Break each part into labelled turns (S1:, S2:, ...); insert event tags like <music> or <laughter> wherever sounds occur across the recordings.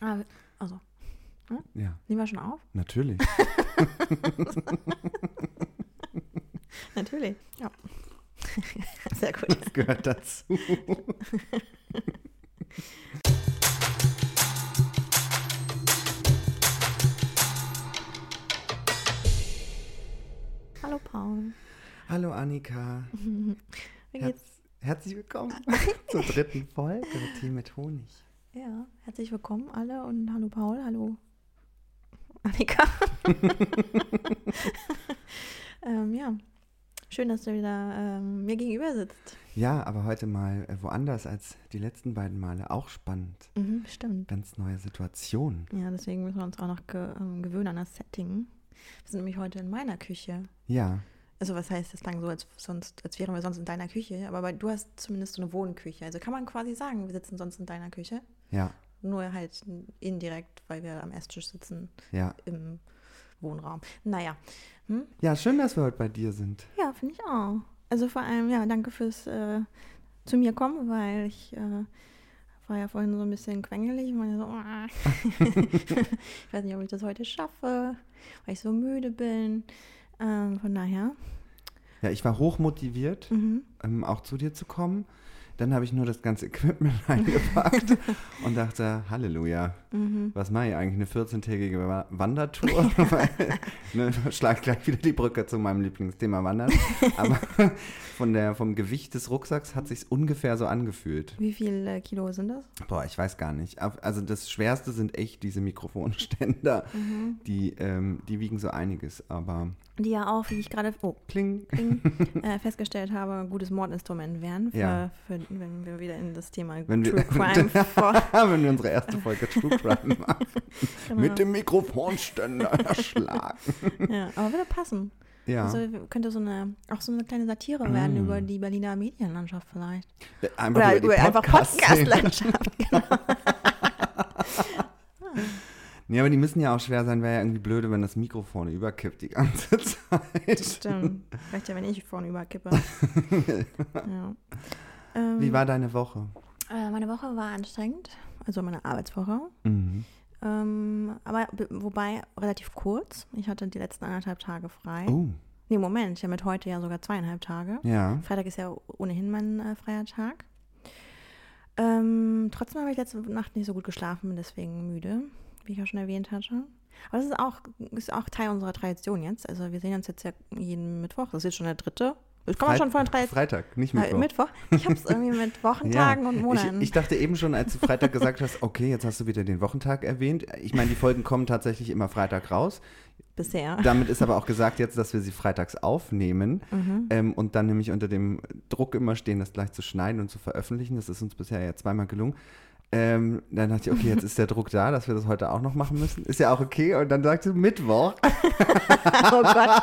S1: Ah, also,
S2: Ja,
S1: nehmen wir schon auf?
S2: natürlich.
S1: Natürlich. Ja. <laughs> Sehr gut.
S2: <laughs> Das gehört dazu.
S1: Hallo Paul.
S2: Hallo Annika.
S1: <laughs> Wie geht's?
S2: herzlich <laughs> willkommen zur dritten Folge Tee mit Honig.
S1: Ja, herzlich willkommen alle und hallo Paul, hallo <laughs> Annika. ähm, ja, schön, dass du wieder ähm, mir gegenüber sitzt.
S2: Ja, aber heute mal äh, woanders als die letzten beiden Male. Auch spannend.
S1: Mhm, stimmt.
S2: Ganz neue Situation.
S1: Ja, deswegen müssen wir uns auch noch ge ähm, gewöhnen an das Setting. Wir sind nämlich heute in meiner Küche.
S2: Ja,
S1: Also was heißt, das klang so, als, sonst, als wären wir sonst in deiner Küche, aber bei, du hast zumindest so eine Wohnküche. Also kann man quasi sagen, wir sitzen sonst in deiner Küche,
S2: ja,
S1: nur halt indirekt, weil wir am Esstisch sitzen
S2: ja.
S1: im Wohnraum. Naja, hm?
S2: Ja, schön, dass wir heute bei dir sind.
S1: Ja, finde ich auch. Also vor allem, ja, danke fürs äh, zu mir kommen, weil ich äh, war ja vorhin so ein bisschen quengelig. Ich meine so, <laughs> "Ah." ich weiß nicht, ob ich das heute schaffe, weil ich so müde bin. Ähm, von daher.
S2: Ja, ich war hochmotiviert,
S1: Mhm.
S2: ähm, auch zu dir zu kommen. Dann habe ich nur das ganze Equipment <laughs> eingepackt und dachte, Halleluja,
S1: Mhm.
S2: was mache ich eigentlich? Eine 14-tägige Wa- Wandertour? Weil, <laughs> ne, schlag gleich wieder die Brücke zu meinem Lieblingsthema Wandern. Aber <laughs> von der, vom Gewicht des Rucksacks hat sich ungefähr so angefühlt.
S1: Wie viele Kilo sind das?
S2: Boah, ich weiß gar nicht. Auf- Also das Schwerste sind echt diese Mikrofonständer.
S1: Mhm.
S2: Die, ähm, die wiegen so einiges, aber
S1: Die ja auch, wie ich gerade oh,
S2: kling. <laughs>
S1: kling, äh, festgestellt habe, ein gutes Mordinstrument wären, für,
S2: Ja.
S1: für, wenn wir wieder in das Thema
S2: Wenn wir- <laughs>
S1: True Crime <laughs> vor.
S2: Wenn wir unsere erste Folge True Crime machen.
S1: Genau.
S2: <laughs> Mit
S1: <laughs>
S2: dem Mikrofonständer erschlagen.
S1: Ja, aber würde passen.
S2: Ja.
S1: Also könnte so eine, auch so eine kleine Satire werden
S2: Mm.
S1: über die Berliner Medienlandschaft vielleicht.
S2: einfach
S1: Oder
S2: die
S1: über einfach
S2: Podcast-Szene. <laughs>
S1: Podcast-Landschaft. genau.
S2: Nee, aber die müssen ja auch schwer sein, wäre ja irgendwie blöde, wenn das Mikrofon überkippt die ganze <laughs> Zeit.
S1: Stimmt. Vielleicht ja, wenn ich vorne
S2: <laughs>
S1: überkippe. ja. ähm,
S2: Wie war deine Woche?
S1: äh, meine Woche war anstrengend, also meine Arbeitswoche.
S2: Mhm.
S1: Ähm, aber b- wobei relativ kurz. Ich hatte die letzten anderthalb Tage frei.
S2: Oh,
S1: Nee, Moment, ich habe mit heute ja sogar zweieinhalb Tage.
S2: ja.
S1: Freitag ist ja ohnehin mein äh, freier Tag. Ähm, trotzdem habe ich letzte Nacht nicht so gut geschlafen, bin deswegen müde, wie ich ja schon erwähnt hatte. Aber das ist auch, ist auch Teil unserer Tradition jetzt. Also wir sehen uns jetzt ja jeden Mittwoch. Das ist jetzt schon der dritte. Das kann man
S2: Freit-
S1: schon von Tradition.
S2: Freitag, nicht
S1: Äh,
S2: Mittwoch.
S1: Mittwoch. Ich habe es irgendwie
S2: <laughs>
S1: mit Wochentagen und Monaten.
S2: Ich, ich dachte eben schon, als du Freitag gesagt hast, okay, jetzt hast du wieder den Wochentag erwähnt. Ich meine, die Folgen kommen tatsächlich immer Freitag raus.
S1: bisher.
S2: Damit ist aber auch gesagt jetzt, dass wir sie freitags aufnehmen
S1: Mhm.
S2: ähm, und dann nämlich unter dem Druck immer stehen, das gleich zu schneiden und zu veröffentlichen. Das ist uns bisher ja zweimal gelungen. Ähm, dann dachte ich, okay, jetzt ist der Druck da, dass wir das heute auch noch machen müssen. Ist ja auch okay. Und dann sagst
S1: <laughs>
S2: du Mittwoch.
S1: oh Gott.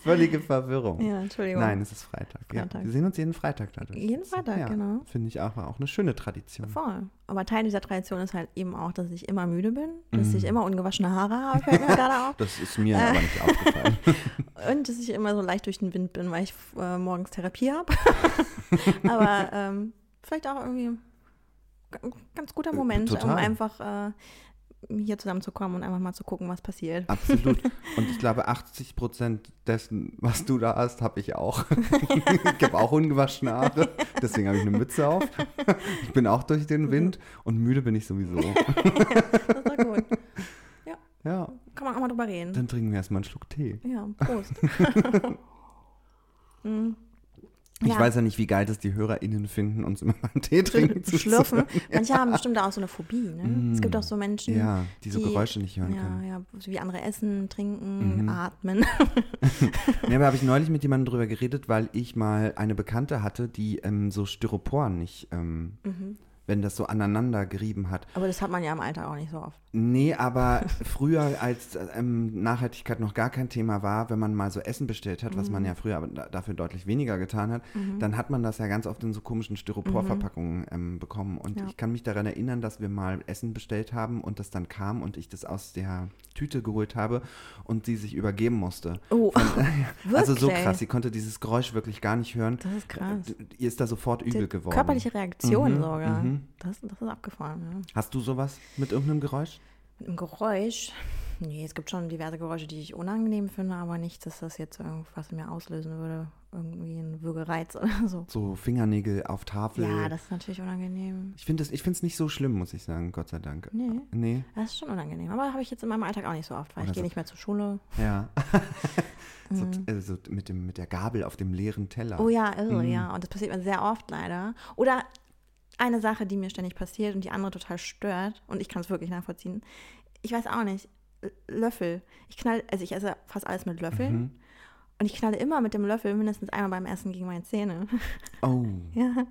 S2: Völlige Verwirrung.
S1: Ja, Entschuldigung.
S2: Nein, es ist Freitag. Ja.
S1: Freitag.
S2: Wir sehen uns jeden Freitag dadurch.
S1: Jeden Freitag,
S2: ja,
S1: genau.
S2: Finde ich auch, war auch eine schöne Tradition.
S1: Voll. Aber Teil dieser Tradition ist halt eben auch, dass ich immer müde bin, dass
S2: Mhm.
S1: ich immer ungewaschene Haare habe, fällt mir <laughs> gerade auf.
S2: Das ist mir aber
S1: <laughs>
S2: nicht aufgefallen.
S1: Und dass ich immer so leicht durch den Wind bin, weil ich äh, morgens Therapie
S2: <laughs>
S1: habe. Aber ähm, vielleicht auch irgendwie g- ganz guter Moment, um
S2: total.
S1: einfach äh, hier zusammenzukommen und einfach mal zu gucken, was
S2: <laughs>
S1: passiert.
S2: Absolut. Und ich glaube, 80 Prozent dessen, was du da hast, habe ich
S1: <laughs>
S2: auch. ich habe auch ungewaschene Haare, deswegen habe ich eine Mütze auf. Ich bin auch durch den Wind und müde bin ich sowieso.
S1: Das ist doch gut.
S2: Ja,
S1: Kann man auch mal drüber reden.
S2: dann trinken wir erstmal einen Schluck Tee.
S1: Ja,
S2: <laughs>
S1: Prost. <laughs> Mm.
S2: Ich weiß ja nicht, wie geil das die HörerInnen finden, uns immer beim Tee trinken zu
S1: Schlürfen.
S2: sehen. <laughs>
S1: Manche haben bestimmt auch so eine Phobie. Ne? Es gibt auch so Menschen,
S2: Ja, die so
S1: die-
S2: Geräusche nicht hören
S1: Ja,
S2: können. Mhm.
S1: ja, so wie andere essen, trinken, atmen. <laughs>
S2: Ja, aber habe ich neulich mit jemandem drüber geredet, weil ich mal eine Bekannte hatte, die ähm, so Styropor nicht, ähm,
S1: Mhm.
S2: wenn das so aneinander gerieben hat,
S1: Aber das hat man ja im Alter auch nicht so oft.
S2: Nee, aber früher, als ähm, Nachhaltigkeit noch gar kein Thema war, wenn man mal so Essen bestellt hat, was
S1: Mhm.
S2: man ja früher aber da- dafür deutlich weniger getan hat, dann hat man das ja ganz oft in so komischen Styroporverpackungen ähm, bekommen. Und
S1: Mhm. Ja.
S2: ich kann mich daran erinnern, dass wir mal Essen bestellt haben und das dann kam und ich das aus der Tüte geholt habe und sie sich übergeben musste.
S1: <laughs> Oh,
S2: Also so
S1: Wirklich?
S2: krass, sie konnte dieses Geräusch wirklich gar nicht hören.
S1: Das ist krass.
S2: D- Ihr ist da sofort Äh, übel
S1: Die
S2: geworden.
S1: Körperliche Reaktion sogar.
S2: Mhm.
S1: Das, das ist abgefahren, ja.
S2: Hast du sowas mit irgendeinem Geräusch?
S1: Mit einem Geräusch. Nee, es gibt schon diverse Geräusche, die ich unangenehm finde, aber nicht, dass das jetzt irgendwas in mir auslösen würde. Irgendwie ein Würgereiz oder <laughs> so.
S2: So Fingernägel auf Tafel?
S1: Ja, das ist natürlich unangenehm.
S2: ich finde es nicht so schlimm, muss ich sagen, Gott sei Dank.
S1: Nee.
S2: Nee,
S1: Das ist schon unangenehm. Aber habe ich jetzt in meinem Alltag auch nicht so oft, weil
S2: Oder
S1: ich gehe
S2: so-
S1: nicht mehr zur Schule.
S2: ja. <laughs> so, also mit, dem, mit der Gabel auf dem leeren Teller.
S1: Mhm. Oh ja, irre, ja. Und das passiert mir sehr oft leider. Oder eine Sache, die mir ständig passiert und die andere total stört, und ich kann es wirklich nachvollziehen. Ich weiß auch nicht. L- Löffel. Ich knall, also ich esse fast alles mit Löffeln. Und ich knalle immer mit dem Löffel mindestens einmal beim Essen gegen meine Zähne. <laughs>
S2: Oh.
S1: ja.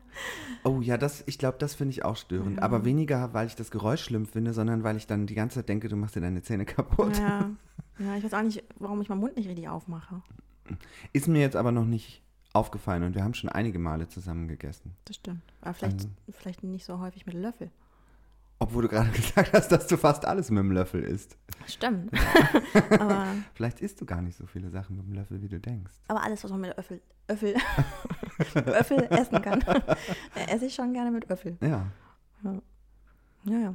S2: Oh ja, das, ich glaube, das finde ich auch störend. Aber weniger, weil ich das Geräusch schlimm finde, sondern weil ich dann die ganze Zeit denke, du machst dir deine Zähne kaputt.
S1: ja. Ja, ich weiß auch nicht, warum ich meinen Mund nicht richtig aufmache.
S2: Ist mir jetzt aber noch nicht aufgefallen und wir haben schon einige Male zusammen gegessen.
S1: Das stimmt. Aber vielleicht,
S2: Also.
S1: vielleicht nicht so häufig mit Löffel.
S2: Obwohl du gerade <laughs> gesagt hast, dass du fast alles mit dem Löffel isst.
S1: Stimmt. <laughs> aber,
S2: Vielleicht isst du gar nicht so viele Sachen mit dem Löffel, wie du denkst.
S1: aber alles, was man mit Öffel, Öffel, <laughs> mit Öffel essen <laughs> kann, äh, esse ich schon gerne mit Öffel.
S2: Ja.
S1: Ja, ja.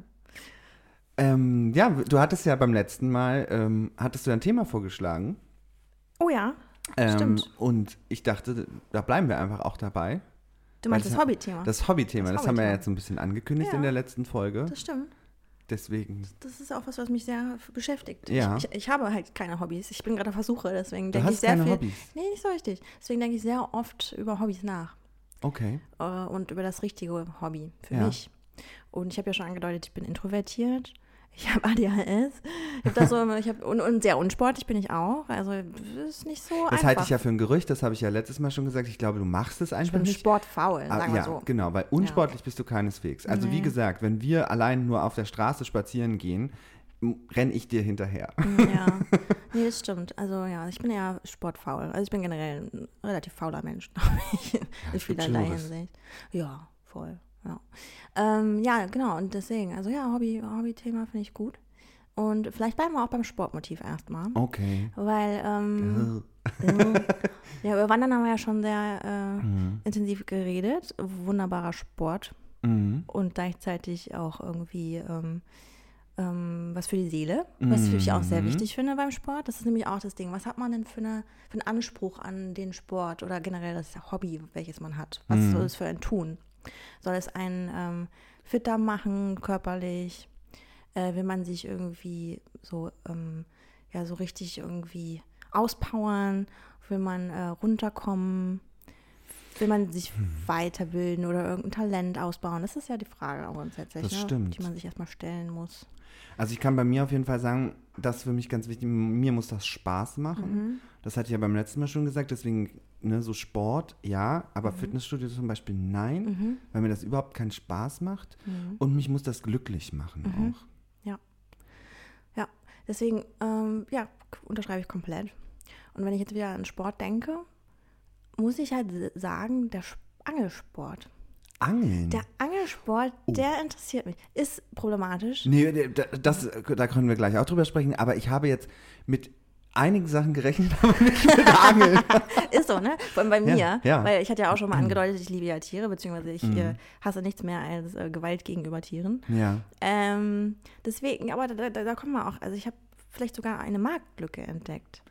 S2: Ähm, ja, du hattest ja beim letzten Mal, ähm, hattest du ein Thema vorgeschlagen.
S1: Oh ja,
S2: Ähm,
S1: Stimmt.
S2: Und ich dachte, da bleiben wir einfach auch dabei.
S1: du meinst
S2: Weil
S1: das
S2: das-
S1: Hobbythema. Das,
S2: Das Hobbythema, das,
S1: Das
S2: haben wir ja
S1: Hobbythema.
S2: jetzt ein bisschen angekündigt
S1: Ja.
S2: in der letzten Folge.
S1: stimmt.
S2: Deswegen.
S1: Das ist auch was, was mich sehr f- beschäftigt.
S2: Ja.
S1: Ich, ich, ich habe halt keine Hobbys. Ich bin gerade auf der Suche, deswegen
S2: Du
S1: denke ich
S2: hast
S1: sehr
S2: keine
S1: viel.
S2: Hobbys.
S1: Nee, nicht so richtig. Deswegen denke ich sehr oft über Hobbys nach
S2: Okay.
S1: äh, und über das richtige Hobby für
S2: Ja.
S1: mich. Und ich habe ja schon angedeutet, ich bin introvertiert. Ich habe ADHS. Ich habe das <laughs> so, ich habe und, und sehr unsportlich bin ich auch. Also das ist nicht so
S2: Das
S1: einfach.
S2: halte ich ja für ein Gerücht, das habe ich ja letztes Mal schon gesagt. Ich glaube, du machst es
S1: ich
S2: einfach
S1: bin
S2: nicht.
S1: sportfaul,
S2: Ah,
S1: sagen wir
S2: ja,
S1: so.
S2: genau, weil unsportlich bist du keineswegs. Also wie
S1: Nee.
S2: gesagt, wenn wir allein nur auf der Straße spazieren gehen, renne ich
S1: <laughs>
S2: dir hinterher.
S1: Ja, nee, das stimmt. Also ja, ich bin eher sportfaul. Also ich bin generell ein relativ fauler Mensch, <laughs> glaube ich, in
S2: es gibt
S1: vielerlei
S2: Schlimmeres.
S1: Hinsicht. Ja, voll. Ja. Ähm, ja, genau. Und deswegen, also ja, Hobby, Hobby-Thema finde ich gut. Und vielleicht bleiben wir auch beim Sportmotiv erstmal.
S2: Oh. Okay.
S1: Weil, ähm, <laughs> ja, über Wandern haben wir ja schon sehr äh, intensiv geredet. Wunderbarer Sport
S2: Mhm.
S1: und gleichzeitig auch irgendwie ähm, ähm, was für die Seele, was
S2: Mhm.
S1: ich auch sehr wichtig finde beim Sport. Das ist nämlich auch das Ding. Was hat man denn für, eine, für einen Anspruch an den Sport oder generell das Hobby, welches man hat? Was
S2: Mhm.
S1: soll es für ein Tun? Soll es einen ähm, fitter machen, körperlich? Äh, will man sich irgendwie so, ähm, ja, so richtig irgendwie auspowern? Will man äh, runterkommen? Will man sich
S2: Hm.
S1: weiterbilden oder irgendein Talent ausbauen? Das ist ja die Frage auch grundsätzlich,
S2: Das
S1: ne?
S2: stimmt.
S1: die man sich erstmal stellen muss.
S2: Also ich kann bei mir auf jeden Fall sagen, das ist für mich ganz wichtig, mir muss das Spaß machen.
S1: Mhm.
S2: Das hatte ich ja beim letzten Mal schon gesagt, deswegen ne, so Sport, ja, aber
S1: Mhm.
S2: Fitnessstudio zum Beispiel nein, weil mir das überhaupt keinen Spaß macht
S1: Mhm.
S2: und mich muss das glücklich machen auch.
S1: Ja, deswegen, ähm, ja, k- unterschreibe ich komplett. Und wenn ich jetzt wieder an Sport denke, muss ich halt s- sagen, der Sch- Angelsport.
S2: Angeln.
S1: Der Angelsport,
S2: Oh.
S1: der interessiert mich. Ist problematisch.
S2: Nee, nee, da- das, da können wir gleich auch drüber sprechen, aber ich habe jetzt mit einigen Sachen gerechnet, <laughs> aber nicht mit
S1: <laughs>
S2: Angeln.
S1: Ist so, ne? Vor allem bei mir.
S2: ja. Mhm.
S1: Weil ich hatte ja auch schon mal angedeutet, ich liebe ja Tiere, beziehungsweise ich äh, hasse nichts mehr als äh, Gewalt gegenüber Tieren.
S2: Ja.
S1: Ähm, deswegen, aber da, da, da kommen wir auch. Also ich habe vielleicht sogar eine Marktlücke entdeckt.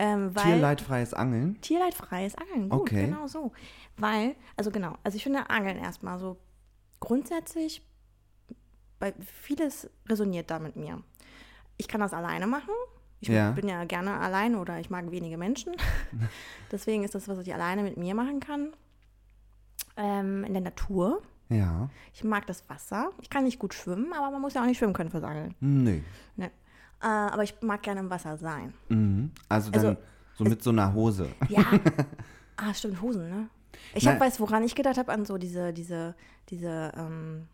S1: Ähm, weil
S2: Tierleidfreies Angeln.
S1: Tierleidfreies Angeln, gut,
S2: Okay.
S1: genau so. Weil, also genau, also ich finde Angeln erstmal so grundsätzlich, bei vieles resoniert da mit mir. Ich kann das alleine machen. Ich
S2: Ja.
S1: bin ja gerne allein oder ich mag wenige Menschen. <laughs> Deswegen ist das, was ich alleine mit mir machen kann. Ähm, in der Natur.
S2: Ja.
S1: Ich mag das Wasser. Ich kann nicht gut schwimmen, aber man muss ja auch nicht schwimmen können fürs Angeln.
S2: Nee.
S1: Ne? Äh, aber ich mag gerne im Wasser sein.
S2: Mhm. Also dann
S1: Also,
S2: so mit so einer Hose.
S1: Ja.
S2: <laughs>
S1: ah, stimmt, Hosen, ne? Ich hab,
S2: Nein.
S1: weiß, woran ich gedacht habe, an so diese, diese, diese ähm,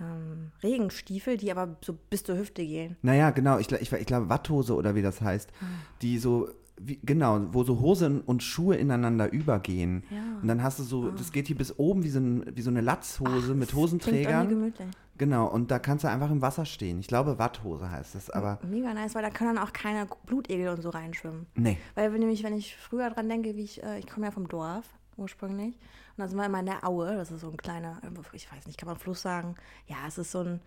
S1: ähm, Regenstiefel, die aber so bis zur Hüfte gehen.
S2: Naja, genau, ich, gla- ich, ich glaube Watthose oder wie das heißt,
S1: Ah.
S2: die so, wie, genau, wo so Hosen und Schuhe ineinander übergehen.
S1: Ja. Ah.
S2: Und dann hast du so, das geht hier bis oben wie so, ein, wie so eine Latzhose
S1: Klingt
S2: mit
S1: irgendwie
S2: Hosenträgern.
S1: gemütlich.
S2: Genau, und da kannst du einfach im Wasser stehen. Ich glaube Watthose heißt
S1: Hm.
S2: das, aber
S1: Mega nice, weil da können dann auch keine Blutegel und so reinschwimmen.
S2: nee.
S1: Weil wenn nämlich, wenn ich früher dran denke, wie ich, äh, ich komme ja vom Dorf, ursprünglich. Und dann sind wir immer in der Aue, das ist so ein kleiner, äh, ich weiß nicht, kann man Fluss sagen? Ja, es ist so ein,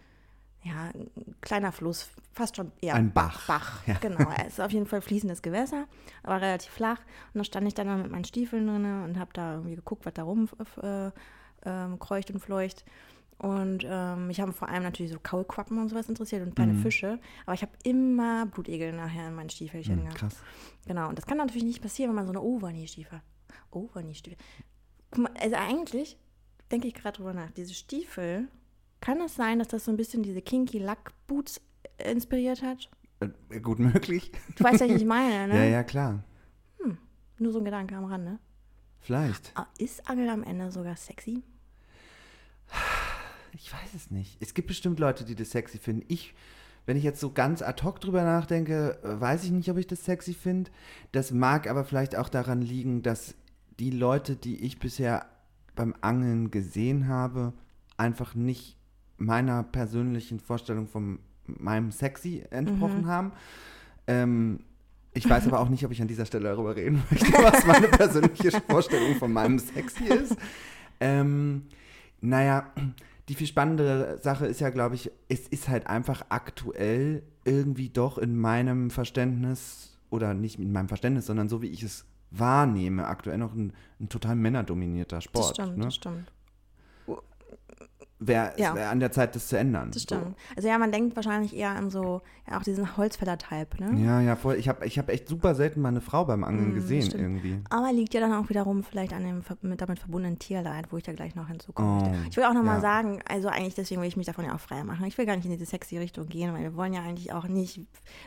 S1: ja, ein kleiner Fluss, fast schon eher
S2: Ein Bach.
S1: Bach,
S2: <laughs> Ja.
S1: genau. Es ist auf jeden Fall fließendes Gewässer, aber relativ flach. Und da stand ich dann da mit meinen Stiefeln drin und habe da irgendwie geguckt, was da rum äh, ähm, kreucht und fleucht. Und ähm, mich haben vor allem natürlich so Kaulquappen und sowas interessiert und
S2: Mhm.
S1: kleine Fische. Aber ich habe immer Blutegel nachher in meinen Stiefelchen
S2: Mhm,
S1: gehabt.
S2: krass.
S1: Genau, und das kann natürlich nicht passieren, wenn man so eine Overknee-Stiefel. Overknee-Stiefel. Guck mal, Also eigentlich denke ich gerade drüber nach. Diese Stiefel, kann es sein, dass das so ein bisschen diese kinky Lack-Boots äh, inspiriert hat?
S2: Äh, gut möglich.
S1: Du weißt ja, was ich meine, ne?
S2: Ja, ja, klar.
S1: Nur so ein Gedanke am Rande.
S2: Vielleicht.
S1: Ah, Ist Angel am Ende sogar sexy?
S2: Ich weiß es nicht. Es gibt bestimmt Leute, die das sexy finden. Ich, wenn ich jetzt so ganz ad hoc drüber nachdenke, äh, weiß ich nicht, ob ich das sexy finde. Das mag aber vielleicht auch daran liegen, dass die Leute, die ich bisher beim Angeln gesehen habe, einfach nicht meiner persönlichen Vorstellung von meinem sexy entsprochen
S1: Mhm.
S2: haben. Ähm, ich weiß aber auch nicht, ob ich an dieser Stelle darüber reden möchte, was meine persönliche
S1: <laughs>
S2: Vorstellung von meinem Sexy ist. Ähm, naja, die viel spannendere Sache ist ja, glaube ich, es ist halt einfach aktuell irgendwie doch in meinem Verständnis oder nicht in meinem Verständnis, sondern so wie ich es wahrnehme, aktuell noch ein, ein total männerdominierter Sport.
S1: das stimmt,
S2: ne?
S1: das stimmt.
S2: Wäre
S1: Ja.
S2: wär an der Zeit, das zu ändern.
S1: Das
S2: So.
S1: stimmt. Also ja, man denkt wahrscheinlich eher an so, ja, auch diesen Holzfäller-Type, ne?
S2: Ja, ja, voll. Ich habe ich hab echt super selten mal eine Frau beim Angeln
S1: Mm,
S2: gesehen
S1: stimmt.
S2: irgendwie.
S1: Aber liegt ja dann auch wiederum vielleicht an dem ver- mit damit verbundenen Tierleid, wo ich da gleich noch hinzukomme.
S2: Oh,
S1: ich will auch nochmal
S2: ja.
S1: mal sagen, also eigentlich deswegen will ich mich davon ja auch frei machen. Ich will gar nicht in diese sexy Richtung gehen, weil wir wollen ja eigentlich auch nicht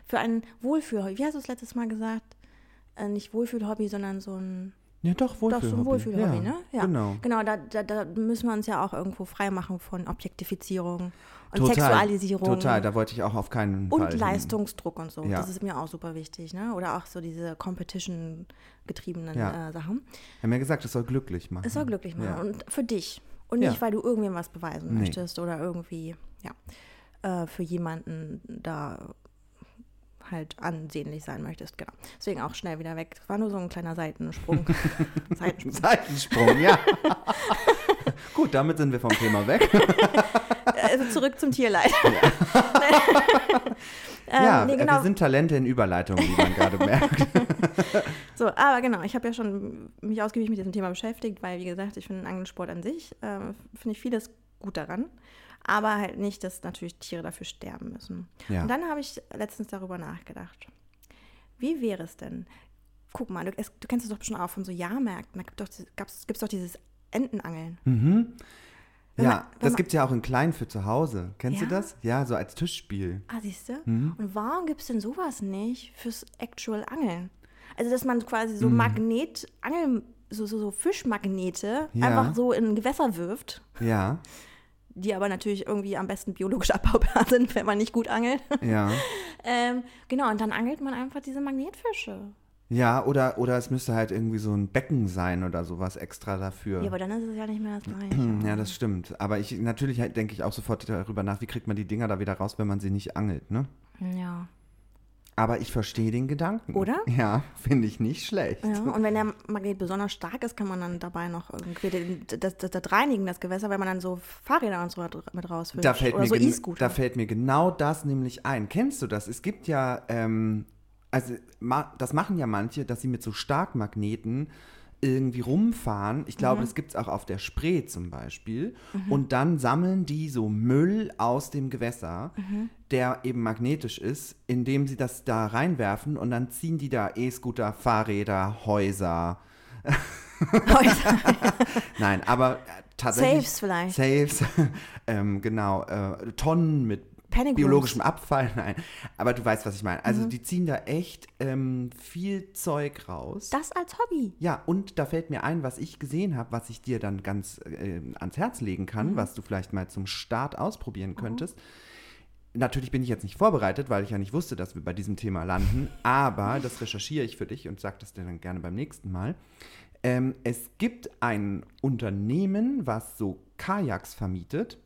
S1: für ein Wohlfühl, wie hast du es letztes Mal gesagt? Äh, nicht Wohlfühl-Hobby, sondern so ein
S2: Ja, doch,
S1: doch so ein Wohlfühl-Hobby, ne?
S2: ja, Genau.
S1: Genau, da, da, da müssen wir uns ja auch irgendwo frei machen von Objektifizierung und
S2: Total,
S1: Sexualisierung.
S2: Total, da wollte ich auch auf keinen Fall.
S1: Und
S2: hin.
S1: Leistungsdruck und so.
S2: Ja.
S1: Das ist mir auch super wichtig, ne? Oder auch so diese Competition-getriebenen
S2: Ja.
S1: äh, Sachen.
S2: Wir haben ja gesagt, es soll glücklich machen.
S1: Es soll glücklich machen.
S2: Ja.
S1: Und für dich. Und
S2: Ja.
S1: nicht, weil du irgendwem was beweisen
S2: Nee.
S1: möchtest oder irgendwie, ja, äh, für jemanden da halt ansehnlich sein möchtest. Genau. Deswegen auch schnell wieder weg. Das war nur so ein kleiner Seitensprung.
S2: <laughs>
S1: Seitensprung.
S2: <laughs> Seitensprung, ja. <laughs> Gut, damit sind wir vom Thema weg.
S1: Also zurück zum Tierleid. <laughs> ähm,
S2: ja,
S1: nee,
S2: äh,
S1: genau.
S2: wir sind Talente in Überleitung, wie man gerade merkt.
S1: So, aber genau, ich habe ja schon mich ausgiebig mit diesem Thema beschäftigt, weil, wie gesagt, ich finde den Angelsport an sich, äh, finde ich vieles gut daran, aber halt nicht, dass natürlich Tiere dafür sterben müssen.
S2: Ja.
S1: Und dann habe ich letztens darüber nachgedacht. Wie wäre es denn? Guck mal, du, es, du kennst es doch bestimmt auch von so Jahrmärkten, da gibt es doch, gab's- gibt's doch dieses Entenangeln. <laughs> Wenn
S2: ja,
S1: man- wenn
S2: das
S1: man-
S2: gibt es ja auch in klein für zu Hause. Kennst du
S1: Ja?
S2: das? Ja, so als Tischspiel.
S1: Ah, siehst du?
S2: Mhm.
S1: Und warum gibt es denn sowas nicht fürs Actual Angeln? Also, dass man quasi
S2: Mhm.
S1: so Magnet, Angel, so, so, so Fischmagnete
S2: Ja.
S1: einfach so in Gewässer wirft,
S2: Ja,
S1: die aber natürlich irgendwie am besten biologisch <laughs> abbaubar sind, wenn man nicht gut angelt. <laughs>
S2: ja.
S1: ähm, genau, und dann angelt man einfach diese Magnetfische.
S2: Ja, oder, oder es müsste halt irgendwie so ein Becken sein oder sowas extra dafür.
S1: Ja, aber dann ist es ja nicht mehr das
S2: <clears throat>
S1: Gleiche.
S2: Ja, das stimmt. Aber ich natürlich halt denke ich auch sofort darüber nach, wie kriegt man die Dinger da wieder raus, wenn man sie nicht angelt, ne?
S1: ja.
S2: Aber ich verstehe den Gedanken.
S1: Oder?
S2: Ja, <laughs> finde ich nicht schlecht.
S1: ja. Und wenn der Magnet besonders stark ist, kann man dann dabei noch irgendwie den- das, das, das reinigen, das Gewässer, wenn man dann so Fahrräder und so mit rausfischt.
S2: Da fällt,
S1: Oder
S2: mir
S1: so ne?
S2: gen-
S1: E-Scooter.
S2: da fällt mir genau das nämlich ein. Kennst du das? Es gibt ja, ähm, also ma das machen ja manche, dass sie mit so Starkmagneten irgendwie rumfahren. Ich glaube,
S1: Mhm.
S2: das gibt es auch auf der Spree zum Beispiel. Und dann sammeln die so Müll aus dem Gewässer,
S1: Mhm.
S2: der eben magnetisch ist, indem sie das da reinwerfen und dann ziehen die da E-Scooter, Fahrräder, Häuser.
S1: <laughs>
S2: Nein, aber äh, tatsächlich.
S1: Saves vielleicht.
S2: Saves, <laughs> ähm, genau. Äh, Tonnen mit
S1: Panic
S2: biologischem Abfall, <laughs> nein. Aber du weißt, was ich meine.
S1: Mhm.
S2: Also die ziehen da echt ähm, viel Zeug raus.
S1: Das als Hobby.
S2: ja, und da fällt mir ein, was ich gesehen habe, was ich dir dann ganz äh, ans Herz legen kann, was du vielleicht mal zum Start ausprobieren könntest. Natürlich bin ich jetzt nicht vorbereitet, weil ich ja nicht wusste, dass wir bei diesem Thema landen, aber das recherchiere ich für dich und sag das dir dann gerne beim nächsten Mal. Ähm, es gibt ein Unternehmen, was so Kajaks vermietet.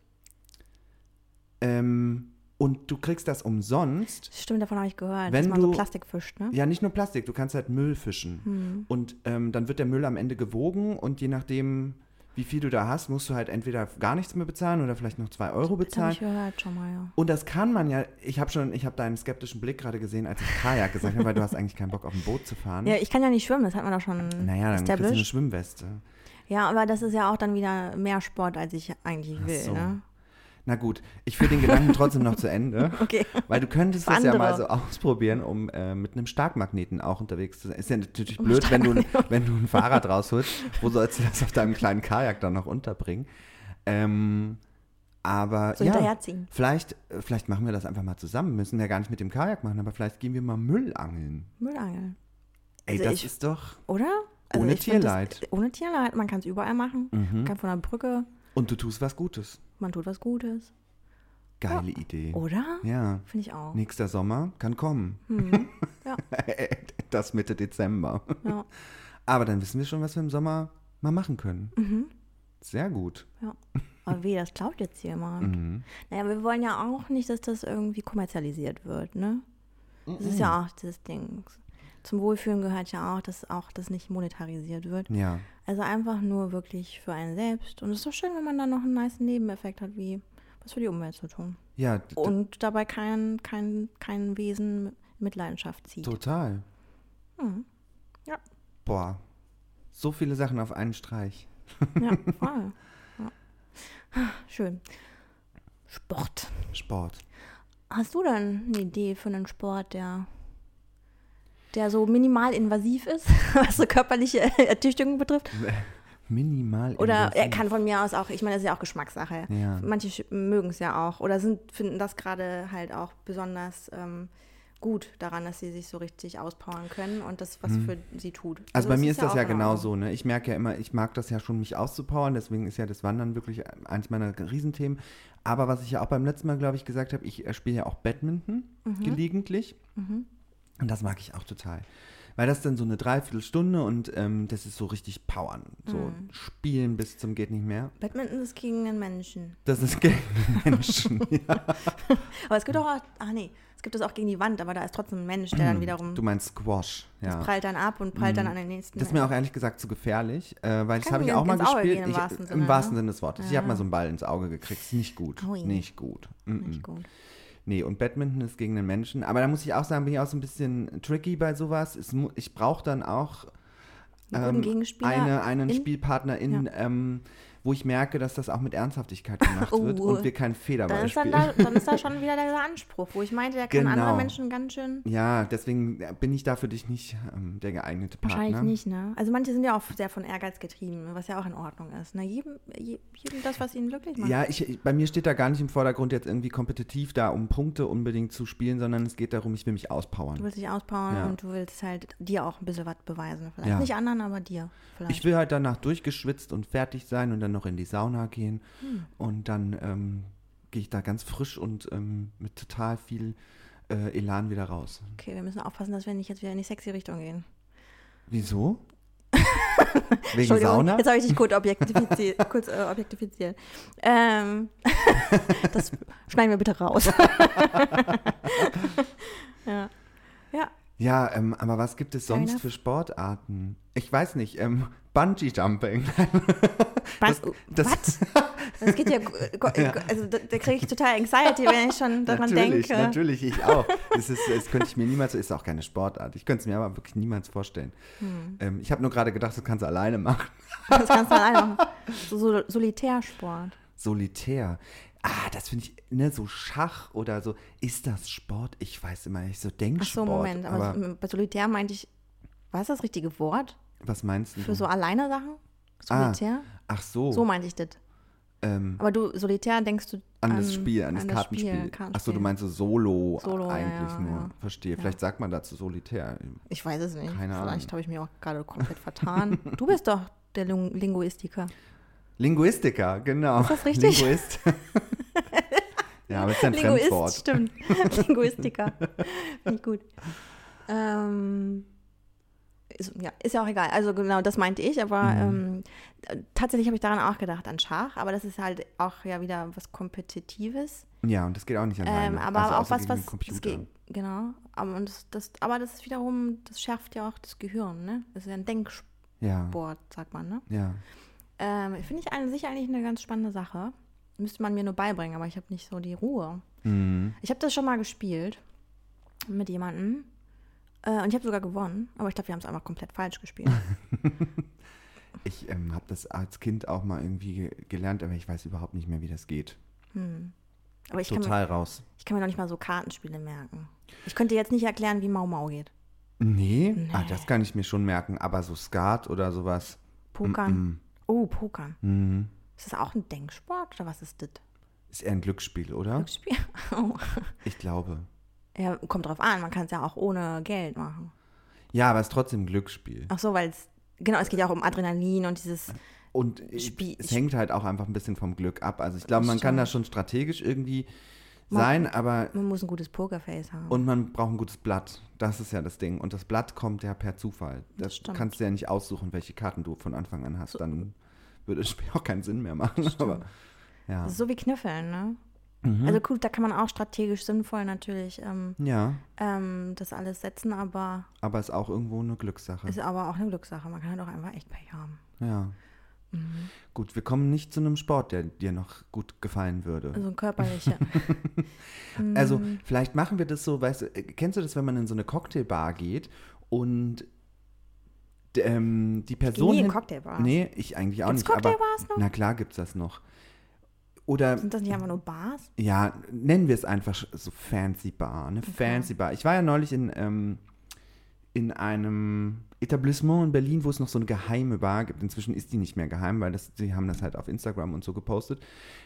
S2: Ähm, Und du kriegst das umsonst.
S1: Stimmt, davon habe ich gehört,
S2: Wenn
S1: dass man so
S2: du-
S1: Plastik fischt, ne?
S2: Ja, nicht nur Plastik, du kannst halt Müll fischen.
S1: Hm.
S2: Und ähm, dann wird der Müll am Ende gewogen und je nachdem, wie viel du da hast, musst du halt entweder gar nichts mehr bezahlen oder vielleicht noch zwei Euro
S1: Das habe
S2: bezahlen.
S1: ich gehört schon mal, ja.
S2: Und das kann man ja, ich habe schon, ich habe deinen skeptischen Blick gerade gesehen, als ich Kajak gesagt habe, weil du hast eigentlich keinen Bock auf ein Boot zu fahren.
S1: Ja, ich kann ja nicht schwimmen, das hat man doch schon
S2: Hm. naja, dann kriegst du eine
S1: established.
S2: Schwimmweste.
S1: Ja, aber das ist ja auch dann wieder mehr Sport, als ich eigentlich will,
S2: so.
S1: ne?
S2: Na gut, ich führe den Gedanken trotzdem noch zu Ende.
S1: Okay. <laughs>
S2: Weil du könntest
S1: Für
S2: das ja
S1: andere.
S2: mal so ausprobieren, um äh, mit einem Starkmagneten auch unterwegs zu sein. Ist ja natürlich
S1: Um
S2: blöd, wenn du, wenn du ein Fahrrad rausholst. Wo sollst du das auf deinem kleinen Kajak dann noch unterbringen? Ähm, aber
S1: So
S2: ja,
S1: hinterherziehen.
S2: vielleicht, äh, vielleicht machen wir das einfach mal zusammen. Müssen wir gar nicht mit dem Kajak machen, aber vielleicht gehen wir mal Müll angeln.
S1: Müllangeln,
S2: Ey,
S1: Also
S2: das
S1: ich-
S2: ist doch.
S1: oder? Also
S2: Ohne
S1: ich find
S2: Tierleid. Mhm.
S1: Das, ohne Tierleid, man kann es überall machen. Man kann von der Brücke,
S2: Und du tust was Gutes.
S1: man tut was Gutes.
S2: Geile Idee.
S1: Oder?
S2: Ja.
S1: Finde ich auch.
S2: Nächster Sommer kann kommen.
S1: Mhm. Ja.
S2: <laughs> das Mitte Dezember.
S1: Ja.
S2: Aber dann wissen wir schon, was wir im Sommer mal machen können.
S1: Mhm.
S2: Sehr gut.
S1: Ja. Aber weh, das klaut jetzt jemand. Naja, wir wollen ja auch nicht, dass das irgendwie kommerzialisiert wird, ne? Das ist ja auch das Ding. Zum Wohlfühlen gehört ja auch, dass auch das nicht monetarisiert wird.
S2: Ja.
S1: Also einfach nur wirklich für einen selbst. Und es ist doch schön, wenn man dann noch einen nice Nebeneffekt hat, wie was für die Umwelt zu tun.
S2: Ja, d- d-
S1: Und dabei kein, kein, kein Wesen mit Leidenschaft zieht.
S2: total.
S1: Mhm. Ja.
S2: Boah. So viele Sachen auf einen Streich.
S1: Ja, voll. Ja. Schön. Sport.
S2: Sport.
S1: Hast du denn eine Idee für einen Sport, der, der so minimal invasiv ist, <laughs> was so körperliche <laughs> Ertüchtigung betrifft?
S2: Minimal.
S1: Oder er
S2: invasiv.
S1: kann von mir aus auch, ich meine, das ist ja auch Geschmackssache.
S2: Ja.
S1: Manche mögen es ja auch oder sind, finden das gerade halt auch besonders ähm, gut daran, dass sie sich so richtig auspowern können und das, was für sie tut.
S2: Hm. Also bei
S1: es
S2: mir ist das
S1: auch
S2: ja
S1: in Ordnung.
S2: genau so. Ne? Ich merke ja immer, ich mag das ja schon, mich auszupowern. Deswegen ist ja das Wandern wirklich eins meiner Riesenthemen. Aber was ich ja auch beim letzten Mal, glaube ich, gesagt habe, ich äh, spiele ja auch Badminton
S1: Mhm.
S2: gelegentlich. Und das mag ich auch total. Weil das dann so eine Dreiviertelstunde und ähm, das ist so richtig Powern. So
S1: Mhm.
S2: spielen bis zum geht nicht mehr.
S1: Badminton ist gegen den Menschen.
S2: Das ist <laughs> gegen den Menschen.
S1: Aber es gibt auch, ach nee, es gibt das auch gegen die Wand, aber da ist trotzdem ein Mensch, der dann wiederum,
S2: Hm, Du meinst Squash. Ja. Hm.
S1: das prallt dann ab und prallt dann an den nächsten.
S2: Das ist mir auch ehrlich gesagt zu gefährlich, äh, weil das
S1: Kann
S2: habe ich
S1: dir
S2: auch mal
S1: ins Auge
S2: gespielt.
S1: gehen, im
S2: ich,
S1: wahrsten Sinne,
S2: Im
S1: ne?
S2: wahrsten Sinne des Wortes. Ich habe
S1: Ja.
S2: mal so einen Ball ins Auge gekriegt. Ist Nicht gut.
S1: Ui.
S2: Nicht gut. Mm.
S1: nicht gut.
S2: Nee, und Badminton ist gegen den Menschen. Aber da muss ich auch sagen, bin ich auch so ein bisschen tricky bei sowas. Es, mu- ich brauche dann auch ähm,
S1: Einen guten Gegenspieler
S2: eine, einen
S1: in-
S2: Spielpartner in, ähm, wo ich merke, dass das auch mit
S1: <laughs>
S2: Ernsthaftigkeit gemacht
S1: Oh.
S2: wird und wir keinen Federball
S1: Dann ist, dann,
S2: spielen.
S1: da, dann ist da schon wieder dieser Anspruch, wo ich meinte, der kann
S2: Genau.
S1: andere Menschen ganz schön.
S2: <laughs> Ja, deswegen bin ich da für dich nicht ähm, der geeignete Partner.
S1: Wahrscheinlich nicht, ne? Also manche sind ja auch sehr von Ehrgeiz getrieben, was ja auch in Ordnung ist. Na, jedem, je- jedem das, was ihn glücklich macht.
S2: Ja, ich, ich- bei mir steht da gar nicht im Vordergrund jetzt irgendwie kompetitiv da, um Punkte unbedingt zu spielen, sondern es geht darum, ich will mich
S1: Du
S2: auspowern.
S1: willst dich auspowern
S2: Ja.
S1: und du willst halt dir auch ein bisschen was beweisen. Vielleicht
S2: Ja.
S1: nicht anderen, aber dir. Vielleicht.
S2: Ich will halt danach durchgeschwitzt und fertig sein und dann noch in die Sauna gehen
S1: Hm.
S2: und dann ähm, gehe ich da ganz frisch und ähm, mit total viel äh, Elan wieder raus.
S1: okay, wir müssen aufpassen, dass wir nicht jetzt wieder in die sexy Richtung gehen.
S2: Wieso?
S1: <laughs>
S2: Wegen Sauna?
S1: jetzt habe ich dich kurz, objektifiziert,
S2: <laughs>
S1: kurz äh, objektifiziert. Ähm, <laughs> das schneiden wir bitte raus. ja. ja,
S2: Ja, ähm, aber was gibt es
S1: Fair
S2: sonst
S1: enough.
S2: für Sportarten? Ich weiß nicht, ähm, Bungee-Jumping.
S1: Was?
S2: das-
S1: Was?
S2: <laughs>
S1: Das geht ja, also da, da kriege ich total Anxiety, wenn ich schon daran
S2: natürlich,
S1: denke.
S2: Natürlich, ich
S1: <laughs>
S2: auch. es, ist, es könnte ich mir niemals, ist auch keine Sportart. Ich könnte es mir aber wirklich niemals vorstellen.
S1: Hm.
S2: Ähm, ich habe nur gerade gedacht, das kannst du alleine machen. <laughs>
S1: Das kannst du alleine machen. So, so Solitärsport.
S2: Solitär. Ah, das finde ich, ne, so Schach oder so. Ist das Sport? Ich weiß immer nicht, so
S1: Ach so,
S2: Denksport.
S1: Moment, aber, bei Solitär meinte ich, was ist das richtige Wort
S2: was meinst du?
S1: für so alleine Sachen?
S2: Ah.
S1: Solitär?
S2: Ach so,
S1: So meinte ich das.
S2: ähm,
S1: Aber du, Solitär denkst du
S2: an das Spiel, an das Kartenspiel.
S1: Kartenspiel.
S2: Ach so, du meinst so Solo,
S1: Solo, ja,
S2: eigentlich
S1: ja,
S2: nur.
S1: ja.
S2: Verstehe. Vielleicht sagt man dazu Solitär.
S1: Ich weiß es nicht.
S2: Keine
S1: Vielleicht habe ich mir auch gerade komplett vertan. Du bist doch der Lung Linguistiker.
S2: Linguistiker, genau. Ist
S1: das richtig?
S2: Linguist.
S1: <laughs>
S2: ja, aber ist ja ein Fremdwort.
S1: Linguist,
S2: <laughs>
S1: stimmt. Linguistiker. Nicht gut. Ähm, ist, ja, ist ja auch egal. Also genau, das meinte ich, aber
S2: Mhm.
S1: ähm, tatsächlich habe ich daran auch gedacht, an Schach, aber das ist halt auch ja wieder was Kompetitives.
S2: Ja, und das geht auch nicht alleine.
S1: Ähm, aber
S2: also
S1: auch
S2: außer
S1: was,
S2: gegen
S1: was
S2: den Computer.
S1: es geht- genau. Aber und das, das, aber das ist wiederum, das schärft ja auch das Gehirn, ne? Das ist ja ein Denksport,
S2: Ja,
S1: sagt man, ne?
S2: ja.
S1: Ähm, Finde ich an sich eigentlich eine ganz spannende Sache. Müsste man mir nur beibringen, aber ich habe nicht so die Ruhe.
S2: Mhm.
S1: Ich habe das schon mal gespielt mit jemandem. Äh, und ich habe sogar gewonnen, aber ich glaube, wir haben es einfach komplett falsch
S2: <laughs>
S1: gespielt.
S2: Ich ähm, habe das als Kind auch mal irgendwie ge- gelernt, aber ich weiß überhaupt nicht mehr, wie das geht.
S1: Aber ich kann, mir,
S2: Total raus.
S1: ich kann mir noch nicht mal so Kartenspiele merken. Ich könnte jetzt nicht erklären, wie Mau Mau geht.
S2: Nee? Ah, das kann ich mir schon merken. Aber so Skat oder sowas.
S1: Pokern. Oh, Pokern.
S2: Mhm.
S1: Ist das auch ein Denksport oder was ist das?
S2: Ist eher ein Glücksspiel, oder?
S1: Glücksspiel? Oh.
S2: Ich glaube.
S1: <laughs> Ja, kommt drauf an, man kann es ja auch ohne Geld machen.
S2: Ja, aber es ist trotzdem ein Glücksspiel.
S1: Ach so, weil es, genau, es geht ja auch um Adrenalin und dieses,
S2: Und äh,
S1: Spie-
S2: es hängt halt auch einfach ein bisschen vom Glück ab. Also ich glaube, man kann da schon strategisch irgendwie sein, aber
S1: man muss ein gutes Pokerface haben.
S2: und man braucht ein gutes Blatt. Das ist ja das Ding. Und das Blatt kommt ja per Zufall. Das
S1: stimmt.
S2: kannst du ja nicht aussuchen, welche Karten du von Anfang an hast. Dann würde <laughs> das Spiel auch keinen Sinn mehr machen. Aber ja.
S1: Das ist so wie Kniffeln, ne?
S2: Mhm.
S1: Also gut, da kann man auch strategisch sinnvoll natürlich ähm,
S2: Ja,
S1: ähm, das alles setzen, aber
S2: aber ist auch irgendwo eine Glückssache.
S1: ist aber auch eine Glückssache. Man kann halt auch einfach echt Pech haben.
S2: ja.
S1: Mhm.
S2: Gut, wir kommen nicht zu einem Sport, der dir noch gut gefallen würde.
S1: Also ein
S2: <laughs>
S1: körperlicher. Mhm.
S2: Also vielleicht machen wir das so, weißt du, äh, kennst du das, wenn man in so eine Cocktailbar geht und d- ähm, die Person.
S1: nie in
S2: hin-
S1: Cocktailbars.
S2: Nee, ich eigentlich auch
S1: Gibt's
S2: nicht. Aber,
S1: Cocktailbars noch?
S2: Na klar gibt's das noch. Oder
S1: Sind das nicht einfach nur Bars?
S2: ja, nennen wir es einfach so Fancy Bar, eine Fancy Bar. Ich war ja neulich in, ähm, in einem Etablissement in Berlin, wo es noch so eine geheime Bar gibt. Inzwischen ist die nicht mehr geheim, weil das, die haben das halt auf Instagram und so gepostet.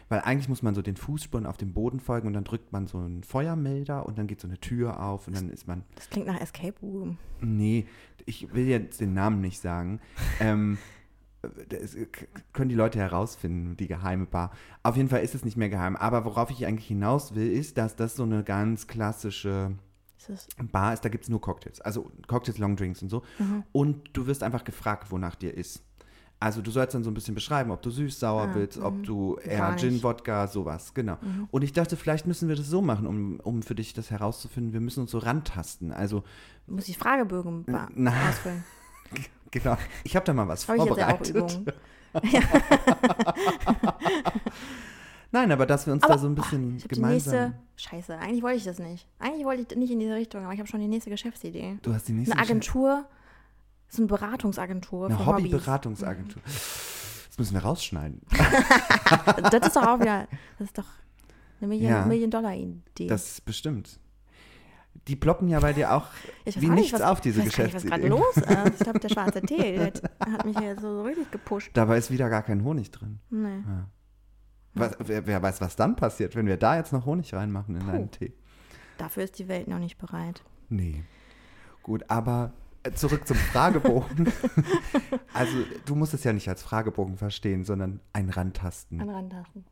S2: Weil eigentlich muss man so den Fußspuren auf dem Boden folgen und dann drückt man so einen Feuermelder und dann geht so eine Tür auf und dann ist man.
S1: Das klingt nach Escape Room.
S2: Nee, ich will jetzt den Namen nicht sagen. Ähm, <laughs> das k- können die Leute herausfinden, die geheime Bar. Auf jeden Fall ist es nicht mehr geheim. Aber worauf ich eigentlich hinaus will, ist, dass das so eine ganz klassische
S1: Ist das,
S2: Bar ist. Da gibt es nur Cocktails. Also Cocktails, Longdrinks und so.
S1: Mhm.
S2: Und du wirst einfach gefragt, wonach dir ist. Also du sollst dann so ein bisschen beschreiben, ob du süß, sauer willst, ob du
S1: Ah, mhm. Gar
S2: eher
S1: nicht. Mhm.
S2: Gin, Wodka, sowas, genau. Und ich dachte, vielleicht müssen wir das so machen, um, um für dich das herauszufinden. Wir müssen uns so rantasten. Also
S1: muss ich Fragebögen be-
S2: Na.
S1: ausfüllen?
S2: Genau. Ich habe da mal was
S1: Habe ich jetzt ja auch
S2: vorbereitet.
S1: Übungen.
S2: Nein, aber dass wir uns da so ein bisschen
S1: Ich habe die nächste.
S2: gemeinsam.
S1: Scheiße, eigentlich wollte ich das nicht. Eigentlich wollte ich nicht in diese Richtung, aber ich habe schon die nächste Geschäftsidee.
S2: Du hast die nächste.
S1: Eine Agentur, so eine Beratungsagentur
S2: Eine
S1: für Hobbys.
S2: Hobbyberatungsagentur. Das müssen wir rausschneiden.
S1: Das ist doch auch wieder, das ist doch eine Million,
S2: Ja.
S1: Million Dollar Idee.
S2: Das ist bestimmt. Die ploppen ja bei dir auch
S1: ich weiß
S2: wie
S1: auch nicht,
S2: nichts
S1: was,
S2: auf, diese
S1: ich weiß gar nicht, Was gerade
S2: Geschäftsidee.
S1: los ist. Ich glaube, der schwarze Tee der hat, hat mich hier so richtig gepusht.
S2: Dabei ist wieder gar kein Honig drin.
S1: Nee. Hm.
S2: Was, wer, wer weiß, was dann passiert, wenn wir da jetzt noch Honig reinmachen in einen Tee.
S1: Dafür ist die Welt noch nicht bereit.
S2: Nee. Gut, aber äh, zurück zum
S1: <laughs>
S2: Fragebogen. also, du musst es ja nicht als Fragebogen verstehen, sondern ein Rantasten.
S1: An Randtasten.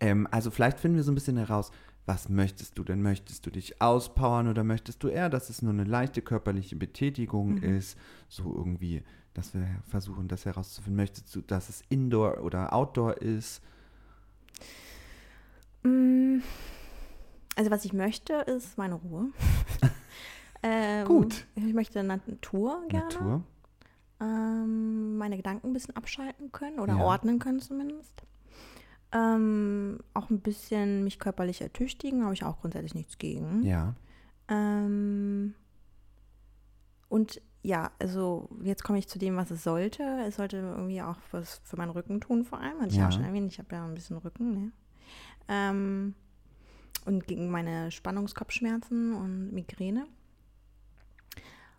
S2: Ähm, also vielleicht finden wir so ein bisschen heraus, was möchtest du denn? Möchtest du dich auspowern oder möchtest du eher, dass es nur eine leichte körperliche Betätigung ist? So irgendwie, dass wir versuchen, das herauszufinden. Möchtest du, dass es Indoor oder Outdoor ist?
S1: Mm, Also was ich möchte, ist meine
S2: <laughs>
S1: Ruhe. ähm,
S2: Gut.
S1: Ich möchte Natur gerne.
S2: Natur?
S1: ähm, meine Gedanken ein bisschen abschalten können oder
S2: Ja.
S1: ordnen können zumindest. Ähm, auch ein bisschen mich körperlich ertüchtigen, habe ich auch grundsätzlich nichts gegen.
S2: Ja.
S1: Ähm, und ja, also jetzt komme ich zu dem, was es sollte. Es sollte irgendwie auch was für meinen Rücken tun, vor allem, hatte ich
S2: Ja.
S1: auch schon erwähnt, ich habe ja ein bisschen Rücken, ne? Ähm, und gegen meine Spannungskopfschmerzen und Migräne.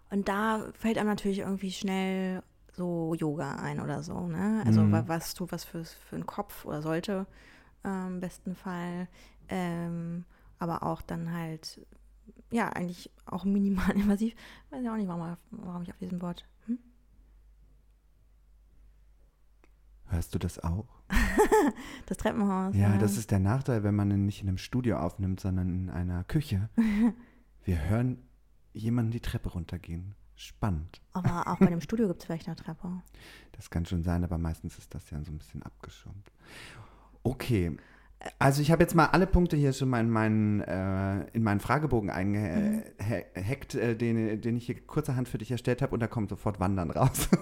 S1: Und da fällt einem natürlich irgendwie schnell so Yoga ein oder so, ne? Also
S2: Mhm.
S1: wa- was tut was für, für den Kopf oder sollte ähm, im besten Fall. Ähm, aber auch dann halt, ja, eigentlich auch minimal <laughs> invasiv. Weiß ja auch nicht, warum, warum ich auf diesem Wort. Hm?
S2: Hörst du das auch?
S1: Das Treppenhaus. ne?
S2: Ja, das ist der Nachteil, wenn man ihn nicht in einem Studio aufnimmt, sondern in einer Küche. Wir hören jemanden die Treppe runtergehen. Spannend.
S1: Aber auch bei dem Studio gibt es vielleicht eine Treppe.
S2: Das kann schon sein, aber meistens ist das ja so ein bisschen abgeschirmt. Okay. Also ich habe jetzt mal alle Punkte hier schon mal in meinen, äh, in meinen Fragebogen eingehackt, äh, den, den ich hier kurzerhand für dich erstellt habe und da kommt sofort Wandern raus. <laughs>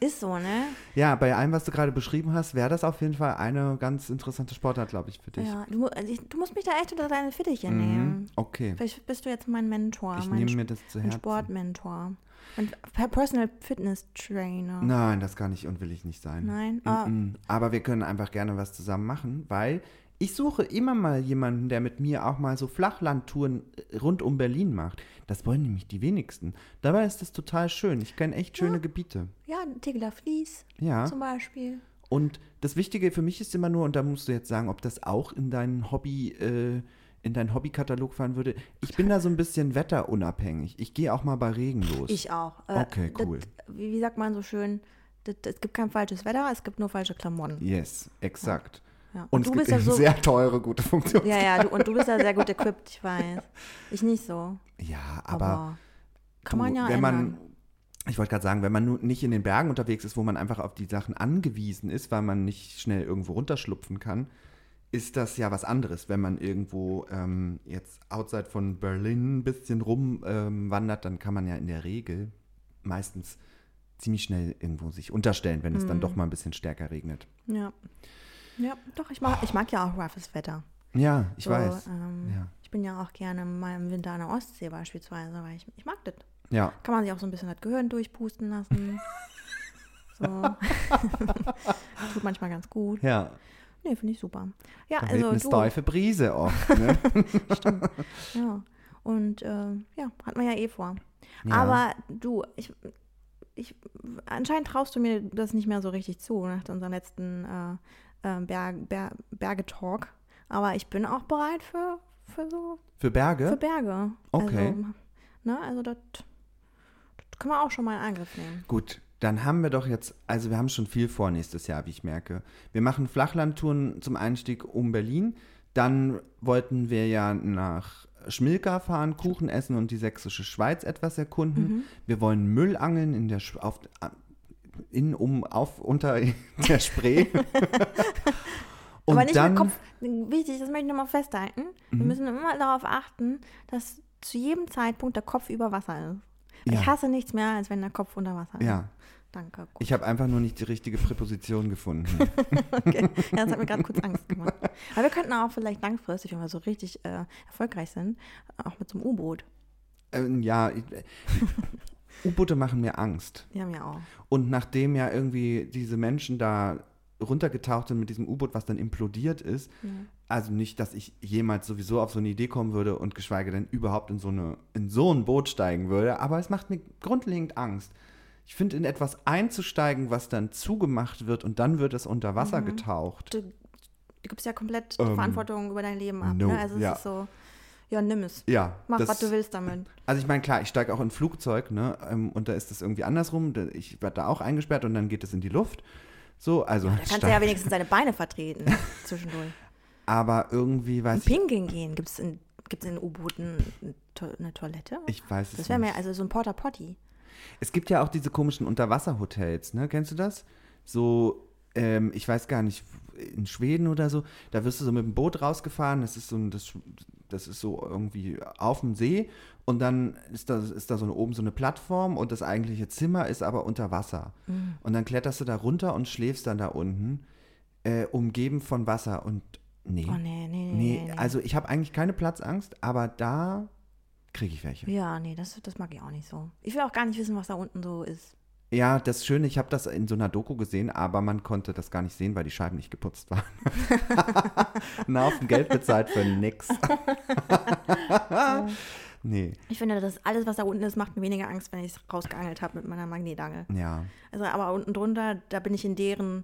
S1: Ist so, ne?
S2: ja, bei allem, was du gerade beschrieben hast, wäre das auf jeden Fall eine ganz interessante Sportart, glaube ich, für dich.
S1: Ja, du, mu- also ich- du musst mich da echt unter deine Fittiche nehmen.
S2: Okay.
S1: Vielleicht bist du jetzt mein Mentor,
S2: Mhm. Ich
S1: mein,
S2: nehme
S1: Sch-
S2: mir das zu
S1: mein
S2: Herzen.
S1: Sportmentor. Und Per- Personal Fitness Trainer.
S2: Nein, Mhm. das kann ich und will ich nicht sein.
S1: Nein? Ah.
S2: Mm-mm. Aber wir können einfach gerne was zusammen machen, weil ich suche immer mal jemanden, der mit mir auch mal so Flachlandtouren rund um Berlin macht. Das wollen nämlich die wenigsten. Dabei ist das total schön. Ich kenne echt schöne Gebiete.
S1: Ja, Tegler Fließ
S2: Ja.
S1: zum Beispiel.
S2: Und das Wichtige für mich ist immer nur, und da musst du jetzt sagen, ob das auch in deinen Hobby, äh, in deinen Hobbykatalog fahren würde. Ich bin da so ein bisschen wetterunabhängig. Ich gehe auch mal bei Regen los.
S1: Ich auch. Äh,
S2: Okay,
S1: das-
S2: cool.
S1: Wie, wie sagt man so schön? Das, es gibt kein falsches Wetter, es gibt nur falsche Klamotten.
S2: Yes, exakt.
S1: Ja. Und
S2: Und,
S1: du
S2: es gibt
S1: bist ja
S2: eben
S1: so-
S2: sehr teure, gute Funktionen.
S1: Ja, ja, du, und du bist ja sehr gut equipped, ich weiß. Ich nicht so.
S2: Ja,
S1: Aber,
S2: aber,
S1: kann man
S2: du,
S1: ja
S2: wenn
S1: ändern.
S2: man, ich wollte gerade sagen, wenn man nur nicht in den Bergen unterwegs ist, wo man einfach auf die Sachen angewiesen ist, weil man nicht schnell irgendwo runterschlupfen kann, ist das ja was anderes, wenn man irgendwo ähm, jetzt outside von Berlin ein bisschen rumwandert, ähm, wandert, dann kann man ja in der Regel meistens ziemlich schnell irgendwo sich unterstellen, wenn
S1: Hm.
S2: es dann doch mal ein bisschen stärker regnet.
S1: ja. ja, doch, ich mag, ich mag ja auch roughes Wetter.
S2: Ja, ich
S1: So,
S2: weiß.
S1: Ähm,
S2: Ja.
S1: Ich bin ja auch gerne mal im Winter an der Ostsee beispielsweise, weil ich, ich mag das.
S2: Ja.
S1: Kann man sich auch so ein bisschen das Gehirn durchpusten
S2: <laughs>
S1: lassen. So. <laughs> Tut manchmal ganz gut.
S2: Ja,
S1: Nee, finde ich super. Ja,
S2: da
S1: also
S2: weht eine
S1: du,
S2: steife Brise oft.
S1: <laughs>
S2: Ne?
S1: Ja. Und äh, ja, hat man ja eh vor.
S2: Ja.
S1: Aber du, ich, ich, anscheinend traust du mir das nicht mehr so richtig zu nach unserem letzten äh, äh, Berg, Ber, Bergetalk. Aber ich bin auch bereit für, für so
S2: Für Berge?
S1: für Berge.
S2: Okay.
S1: Also, ne, also das, das können wir auch schon mal in Angriff nehmen.
S2: Gut, dann haben wir doch jetzt, also wir haben schon viel vor nächstes Jahr, wie ich merke. Wir machen Flachlandtouren zum Einstieg um Berlin. Dann wollten wir ja nach Schmilka fahren, Kuchen essen und die sächsische Schweiz etwas erkunden.
S1: Mhm.
S2: Wir wollen Müll angeln in der Sch- auf, in um auf unter <laughs>
S1: <laughs>
S2: der Spree. und
S1: Aber nicht
S2: dann Mhm.
S1: mit Kopf. Wichtig, das möchte ich nochmal festhalten. Wir müssen immer darauf achten, dass zu jedem Zeitpunkt der Kopf über Wasser ist. Ich
S2: Ja.
S1: hasse nichts mehr, als wenn der Kopf unter Wasser ist.
S2: ja,
S1: Danke. Gut.
S2: ich habe einfach nur nicht die richtige Präposition gefunden.
S1: <laughs> Okay. Ja, das hat mir gerade kurz Angst gemacht. Aber wir könnten auch vielleicht langfristig, wenn wir so richtig äh, erfolgreich sind, auch mit so einem U-Boot. <laughs>
S2: ähm, ja, ich- U-Boote machen mir Angst.
S1: Die haben ja auch.
S2: Und nachdem ja irgendwie diese Menschen da runtergetaucht sind mit diesem U-Boot, was dann implodiert ist, also nicht, dass ich jemals sowieso auf so eine Idee kommen würde und geschweige denn überhaupt in so, eine, in so ein Boot steigen würde, aber es macht mir grundlegend Angst. Ich finde, in etwas einzusteigen, was dann zugemacht wird und dann wird es unter Wasser
S1: Mhm.
S2: getaucht.
S1: Du, du gibst ja komplett
S2: Ähm,
S1: Verantwortung über dein Leben ab.
S2: no,
S1: ne? Also es
S2: ja.
S1: ist so, ja, nimm es.
S2: Ja,
S1: Mach,
S2: das-
S1: was du willst damit.
S2: Also ich meine, klar, ich steige auch in ein Flugzeug, ne? Ähm, und da ist es irgendwie andersrum. Da- Ich werde da auch eingesperrt und dann geht es in die Luft. So, also
S1: Da kannst du ja wenigstens deine Beine
S2: <laughs>
S1: vertreten zwischendurch.
S2: aber irgendwie weiß Also ich
S1: Pinkeln gehen. Gibt es in, gibt's in U-Booten eine To- eine Toilette?
S2: Ich weiß es
S1: das wäre
S2: nicht.
S1: mir also so ein Porta Potty.
S2: Es gibt ja auch diese komischen Unterwasserhotels, ne? Kennst du das? So, ähm, ich weiß gar nicht, in Schweden oder so, da wirst du so mit dem Boot rausgefahren, das ist so ein, das, das ist so irgendwie auf dem See und dann ist da, ist da so eine, oben so eine Plattform und das eigentliche Zimmer ist aber unter Wasser.
S1: Mhm.
S2: Und dann kletterst du da runter und schläfst dann da unten, äh, umgeben von Wasser und nee.
S1: Oh nee, nee, nee.
S2: Hm? nee,
S1: nee, nee.
S2: also ich habe eigentlich keine Platzangst, aber da kriege ich welche.
S1: ja, nee, das, das mag ich auch nicht so. Ich will auch gar nicht wissen, was da unten so ist.
S2: Ja, das Schöne, ich habe das in so einer Doku gesehen, aber man konnte das gar nicht sehen, weil die Scheiben nicht geputzt waren. <laughs> Ein Haufen Geld bezahlt
S1: <laughs>
S2: für nix. nee,
S1: Ich finde, das alles, was da unten ist, macht mir weniger Angst, wenn ich es rausgeangelt habe mit meiner Magnetangel.
S2: ja.
S1: Also, aber unten drunter, da bin ich in deren,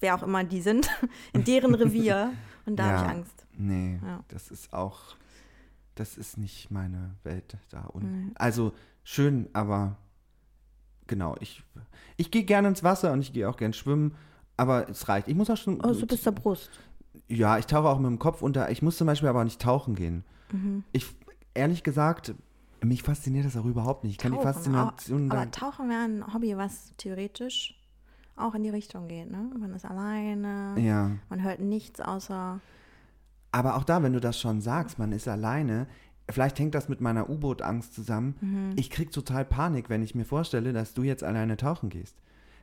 S1: wer auch immer die sind, <laughs> in deren Revier. Und da
S2: ja,
S1: habe ich Angst.
S2: Nee,
S1: Ja.
S2: das ist auch, das ist nicht meine Welt da unten. Also schön, aber genau, ich, ich gehe gerne ins Wasser und ich gehe auch gerne schwimmen, aber es reicht. Ich muss auch schon.
S1: Oh, so bis zur Brust.
S2: Ja,
S1: Mhm.
S2: ich tauche auch mit dem Kopf unter. Ich muss zum Beispiel aber nicht tauchen gehen. Ich, ehrlich gesagt, Mich fasziniert das auch überhaupt nicht. Ich kann die Faszination
S1: aber,
S2: da-
S1: aber Tauchen wäre ein Hobby, was theoretisch auch in die Richtung geht. Ne? Man ist alleine,
S2: Ja.
S1: man hört nichts außer.
S2: Aber auch da, wenn du das schon sagst, man ist alleine, vielleicht hängt das mit meiner U-Boot-Angst zusammen.
S1: Mhm.
S2: Ich krieg total Panik, wenn ich mir vorstelle, dass du jetzt alleine tauchen gehst.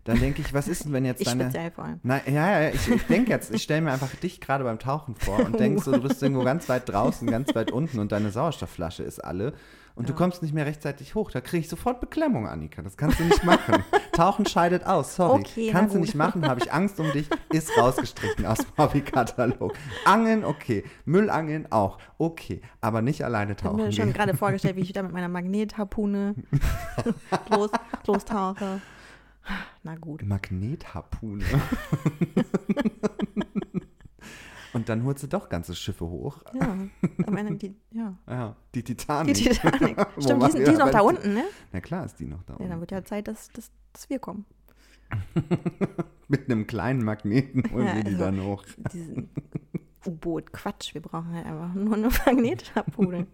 S2: Dann denke ich, was ist denn, wenn jetzt
S1: Ich
S2: deine.
S1: speziell vor allem.
S2: Nein, ja, ja, ich, ich denke jetzt, ich stelle mir einfach dich gerade beim Tauchen vor und denkst so, du bist irgendwo ganz weit draußen, ganz weit unten und deine Sauerstoffflasche ist alle und du kommst nicht mehr rechtzeitig hoch. Da kriege ich sofort Beklemmung, Annika. Das kannst du
S1: <laughs>
S2: nicht machen. Tauchen scheidet aus, sorry.
S1: Okay, na
S2: kannst du
S1: gut.
S2: nicht machen, habe ich Angst um dich, ist rausgestrichen aus dem Hobbykatalog. Angeln, okay. Müllangeln auch, okay. Aber nicht alleine
S1: Ich habe
S2: tauchen
S1: mir schon
S2: gehen.
S1: gerade vorgestellt, wie
S2: <laughs>
S1: ich da mit meiner Magnetharpune los, lostauche. Na gut. <laughs>
S2: Magnetharpune. und dann holst du doch ganze Schiffe hoch.
S1: Ja, am Ende die, ja.
S2: Ah Ja, die
S1: die
S2: Titanic.
S1: Titanic.
S2: <laughs> Wo
S1: Stimmt, die,
S2: waren
S1: sind-
S2: wir
S1: die ist
S2: da
S1: noch da
S2: letztens?
S1: unten, ne?
S2: Na klar ist die noch da
S1: Ja, dann
S2: unten.
S1: wird ja Zeit, dass, dass, dass wir kommen.
S2: Mit einem kleinen Magneten holen
S1: Ja,
S2: wir die
S1: also-
S2: dann hoch. <laughs>
S1: Diesen U-Boot, Quatsch, wir brauchen halt einfach nur eine
S2: <laughs>
S1: Magnetharpune.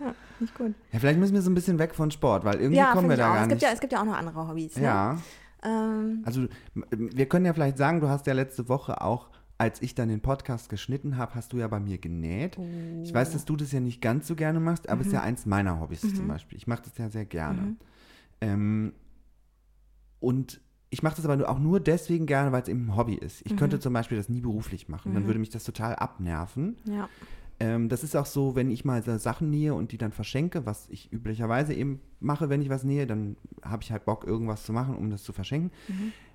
S1: Ja, nicht gut.
S2: Ja, vielleicht müssen wir so ein bisschen weg von Sport, weil irgendwie
S1: ja,
S2: kommen
S1: finde
S2: wir
S1: ich
S2: da
S1: auch.
S2: gar
S1: es
S2: nicht.
S1: gibt ja, es gibt ja auch noch andere Hobbys. Ne?
S2: ja,
S1: Ähm,
S2: also m- wir können ja vielleicht sagen, du hast ja letzte Woche auch, als ich dann den Podcast geschnitten habe, hast du ja bei mir genäht. Ich
S1: Oh.
S2: weiß, dass du das ja nicht ganz so gerne machst, aber es ist
S1: Mhm.
S2: ja eins meiner Hobbys zum Beispiel. Ich mache das ja sehr gerne. Ähm, und ich mache das aber nur- auch nur deswegen gerne, weil es eben ein Hobby ist. Ich
S1: Mhm.
S2: könnte zum Beispiel das nie beruflich machen. Dann würde mich das total abnerven.
S1: ja.
S2: Ähm, das ist auch so, wenn ich mal so Sachen nähe und die dann verschenke, was ich üblicherweise eben mache, wenn ich was nähe, dann habe ich halt Bock, irgendwas zu machen, um das zu verschenken.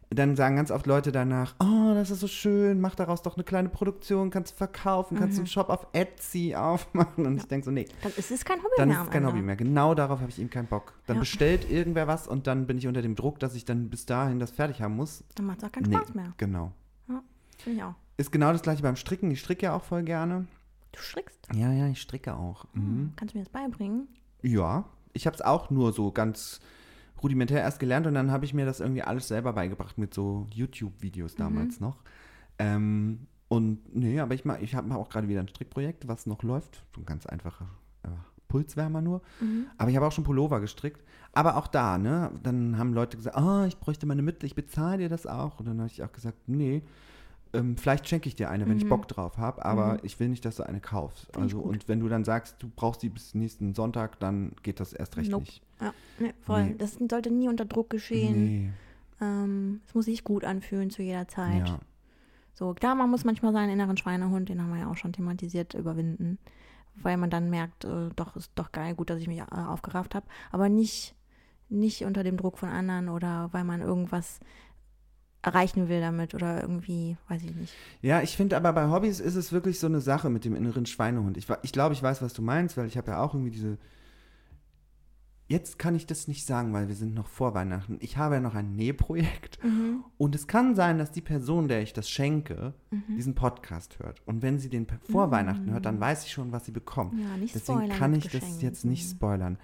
S2: Dann sagen ganz oft Leute danach, oh, das ist so schön, mach daraus doch eine kleine Produktion, kannst du verkaufen, kannst du einen Shop auf Etsy aufmachen. Und ich denke so, nee,
S1: Dann ist es kein Hobby
S2: dann
S1: mehr.
S2: ist es
S1: am
S2: kein
S1: Ende.
S2: Hobby mehr. Genau darauf habe ich eben keinen Bock. Dann
S1: Ja.
S2: bestellt irgendwer was und dann bin ich unter dem Druck, dass ich dann bis dahin das fertig haben muss.
S1: Dann macht es auch keinen Spaß mehr.
S2: genau.
S1: Ja, finde ich auch.
S2: Ist genau das gleiche beim Stricken. Ich stricke ja auch voll gerne.
S1: Du strickst.
S2: Ja, ja, ich stricke auch. Mhm.
S1: Kannst du mir das beibringen?
S2: Ja, ich habe es auch nur so ganz rudimentär erst gelernt und dann habe ich mir das irgendwie alles selber beigebracht mit so YouTube-Videos damals noch. Ähm, und nee, aber ich, ma- ich habe auch gerade wieder ein Strickprojekt, was noch läuft. So ein ganz einfacher äh, Pulswärmer nur. Aber ich habe auch schon Pullover gestrickt. Aber auch da, ne, dann haben Leute gesagt, ah, ich bräuchte meine Mittel, ich bezahle dir das auch. Und dann habe ich auch gesagt, nee, ähm, vielleicht schenke ich dir eine, wenn ich Bock drauf habe, aber ich will nicht, dass du eine kaufst. Also, und wenn du dann sagst, du brauchst die bis nächsten Sonntag, dann geht das erst recht
S1: Nope.
S2: nicht.
S1: Ja, nee, voll.
S2: Nee.
S1: Das sollte nie unter Druck geschehen.
S2: Nee,
S1: Ähm, es muss sich gut anfühlen zu jeder Zeit.
S2: ja.
S1: So, klar, man muss manchmal seinen inneren Schweinehund, den haben wir ja auch schon thematisiert, überwinden. Weil man dann merkt, äh, doch, ist doch geil, gut, dass ich mich äh, aufgerafft habe. Aber nicht, nicht unter dem Druck von anderen oder weil man irgendwas erreichen will damit oder irgendwie, weiß ich nicht.
S2: Ja, ich finde aber bei Hobbys ist es wirklich so eine Sache mit dem inneren Schweinehund. Ich, wa- ich glaube, ich weiß, was du meinst, weil ich habe ja auch irgendwie diese. Jetzt kann ich das nicht sagen, weil wir sind noch vor Weihnachten. Ich habe ja noch ein Nähprojekt. Und es kann sein, dass die Person, der ich das schenke, diesen Podcast hört. Und wenn sie den vor Weihnachten hört, dann weiß ich schon, was sie bekommt.
S1: Ja, nicht
S2: Deswegen
S1: spoilern Mhm.
S2: kann
S1: mit
S2: ich das
S1: Geschenken.
S2: jetzt nicht spoilern.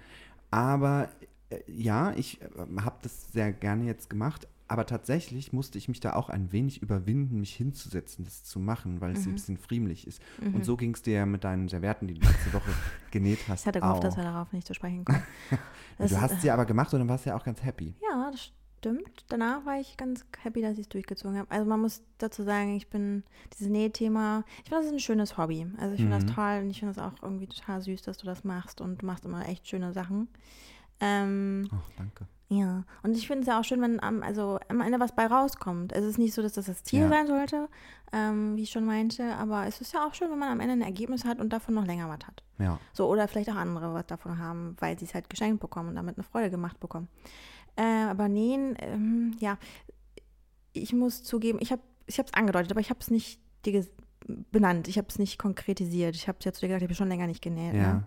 S2: Aber äh, ja, ich habe das sehr gerne jetzt gemacht. Aber tatsächlich musste ich mich da auch ein wenig überwinden, mich hinzusetzen, das zu machen, weil
S1: Mhm.
S2: es ein bisschen friemlich ist. Und so ging es dir ja mit deinen Servietten, die du letzte
S1: <laughs>
S2: Woche genäht hast.
S1: Ich hatte gehofft,
S2: auch.
S1: dass wir darauf nicht zu sprechen
S2: <laughs>
S1: kommen. Das- äh,
S2: du hast sie aber gemacht und dann warst du ja auch ganz happy.
S1: Ja, das stimmt. Danach war ich ganz happy, dass ich es durchgezogen habe. Also man muss dazu sagen, ich bin dieses Nähthema, ich finde, das ist ein schönes Hobby. Also ich finde das toll und ich finde das auch irgendwie total süß, dass du das machst und du machst immer echt schöne Sachen. Ähm,
S2: Oh, danke.
S1: ja, und ich finde es ja auch schön, wenn am, also am Ende was bei rauskommt. Es ist nicht so, dass das das Ziel
S2: Ja.
S1: sein sollte, ähm, wie ich schon meinte, aber es ist ja auch schön, wenn man am Ende ein Ergebnis hat und davon noch länger was hat.
S2: Ja.
S1: So, oder vielleicht auch andere was davon haben, weil sie es halt geschenkt bekommen und damit eine Freude gemacht bekommen. Äh, aber nähen, ähm, ja, ich muss zugeben, ich habe es angedeutet, aber ich habe es nicht dir ges- benannt, ich habe es nicht konkretisiert. Ich habe es ja zu dir gesagt, ich habe schon länger nicht genäht. Ne?
S2: Ja.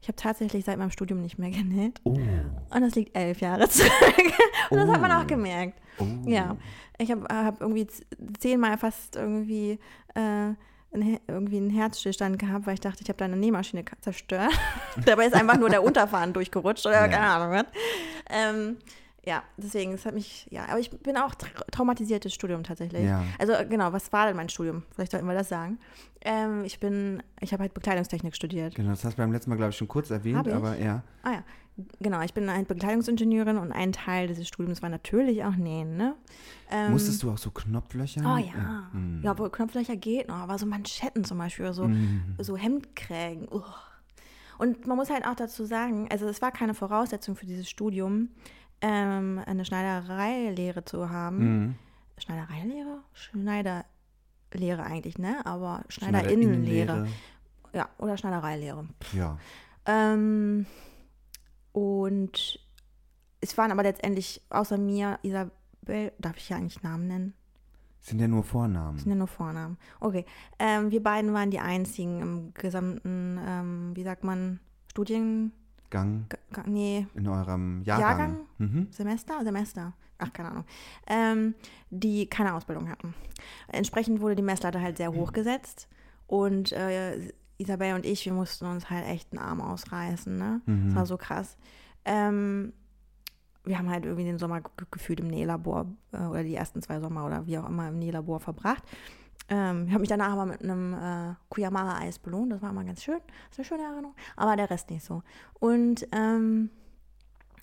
S1: Ich habe tatsächlich seit meinem Studium nicht mehr genäht.
S2: Oh.
S1: Und das liegt elf Jahre <laughs> zurück. Und das hat man auch gemerkt.
S2: Oh.
S1: Ja, ich habe hab irgendwie z- zehnmal fast irgendwie, äh, ein, He- irgendwie einen Herzstillstand gehabt, weil ich dachte, ich habe da eine Nähmaschine ka- <laughs> zerstört. Dabei ist einfach nur der Unterfahren durchgerutscht oder
S2: Ja.
S1: keine Ahnung was. Ähm, Ja, deswegen, es hat mich, ja, aber ich bin auch tra traumatisiertes Studium tatsächlich.
S2: Ja.
S1: Also äh, genau, was war denn mein Studium? Vielleicht sollten wir das sagen. Ähm, ich bin, ich habe halt Bekleidungstechnik studiert.
S2: Genau, das hast du beim letzten Mal, glaube ich, schon kurz
S1: Hab
S2: erwähnt,
S1: ich?
S2: aber ja.
S1: Ah ja, genau, ich bin halt Bekleidungsingenieurin und ein Teil dieses Studiums war natürlich auch Nähen, ne? Ähm,
S2: Musstest du auch so Knopflöcher?
S1: Oh ja.
S2: hm.
S1: Ja, obwohl Knopflöcher geht noch, aber so Manschetten zum Beispiel oder so,
S2: Mhm.
S1: so Hemdkrägen. Uah. Und man muss halt auch dazu sagen, also es war keine Voraussetzung für dieses Studium, ähm, eine Schneidereilehre zu haben.
S2: Mhm.
S1: Schneidereilehre? Schneiderlehre eigentlich, ne? Aber
S2: Schneider-Innenlehre.
S1: Schneiderinnenlehre. Ja, oder Schneidereilehre.
S2: Ja.
S1: Ähm, und es waren aber letztendlich außer mir Isabel, darf ich ja eigentlich Namen nennen?
S2: Sind ja nur Vornamen.
S1: Ich nenne nur Vornamen. Okay. Ähm, wir beiden waren die einzigen im gesamten, ähm, wie sagt man, Studien.
S2: Gang
S1: G- G- Nee,
S2: in eurem Jahrgang.
S1: Jahrgang?
S2: Mhm.
S1: Semester? Semester. Ach, keine Ahnung. Ähm, die keine Ausbildung hatten. Entsprechend wurde die Messlatte halt sehr hoch gesetzt. Und äh, Isabel und ich, wir mussten uns halt echt einen Arm ausreißen. Ne? Das war so krass. Ähm, wir haben halt irgendwie den Sommer ge- gefühlt im Nählabor äh, oder die ersten zwei Sommer oder wie auch immer im Nählabor verbracht. Ähm, ich habe mich danach aber mit einem äh, Kuyamara-Eis belohnt. Das war immer ganz schön. Das ist eine schöne Erinnerung. Aber der Rest nicht so. Und ähm,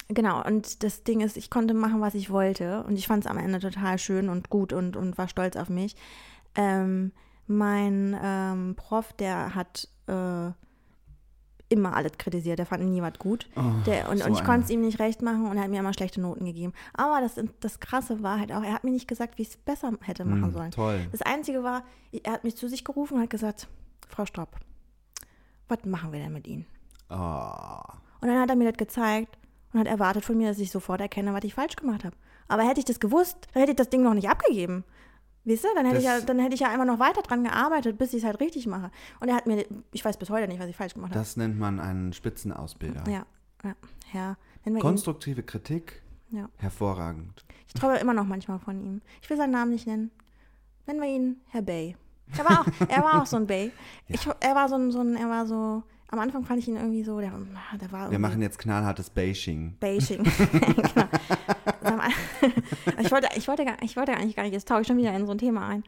S1: genau, und das Ding ist, ich konnte machen, was ich wollte. Und ich fand es am Ende total schön und gut und, und war stolz auf mich. Ähm, mein ähm, Prof, der hat äh, immer alles kritisiert. Der fand nie was gut. Der, und,
S2: so
S1: und ich
S2: einer.
S1: konnte es ihm nicht recht machen und er hat mir immer schlechte Noten gegeben. Aber das, das Krasse war halt auch, er hat mir nicht gesagt, wie ich es besser hätte machen
S2: Mhm.
S1: sollen.
S2: Toll.
S1: Das Einzige war, er hat mich zu sich gerufen und hat gesagt, Frau Straub, was machen wir denn mit Ihnen?
S2: Ah.
S1: Und dann hat er mir das gezeigt und hat erwartet von mir, dass ich sofort erkenne, was ich falsch gemacht habe. Aber hätte ich das gewusst, dann hätte ich das Ding noch nicht abgegeben. Weißt du, dann hätte, ich ja,
S2: Das-
S1: dann hätte ich ja einfach noch weiter dran gearbeitet, bis ich es halt richtig mache. Und er hat mir, ich weiß bis heute nicht, was ich falsch gemacht habe.
S2: Das nennt man einen Spitzenausbilder.
S1: Ja, ja, ja. Nennen wir ihn.
S2: Konstruktive Kritik,
S1: Ja.
S2: hervorragend.
S1: Ich träume immer noch manchmal von ihm. Ich will seinen Namen nicht nennen. Nennen wir ihn Herr Bay. Er war auch, er war auch so ein Bay. Ich, er war so ein, so ein, er war so, am Anfang fand ich ihn irgendwie so, der, ah, der war
S2: Wir
S1: irgendwie
S2: machen jetzt knallhartes Bashing.
S1: Beijing. <laughs> genau. Sag mal, ich, wollte, ich, wollte gar, ich wollte eigentlich gar nicht, jetzt tauche ich schon wieder in so ein Thema ein.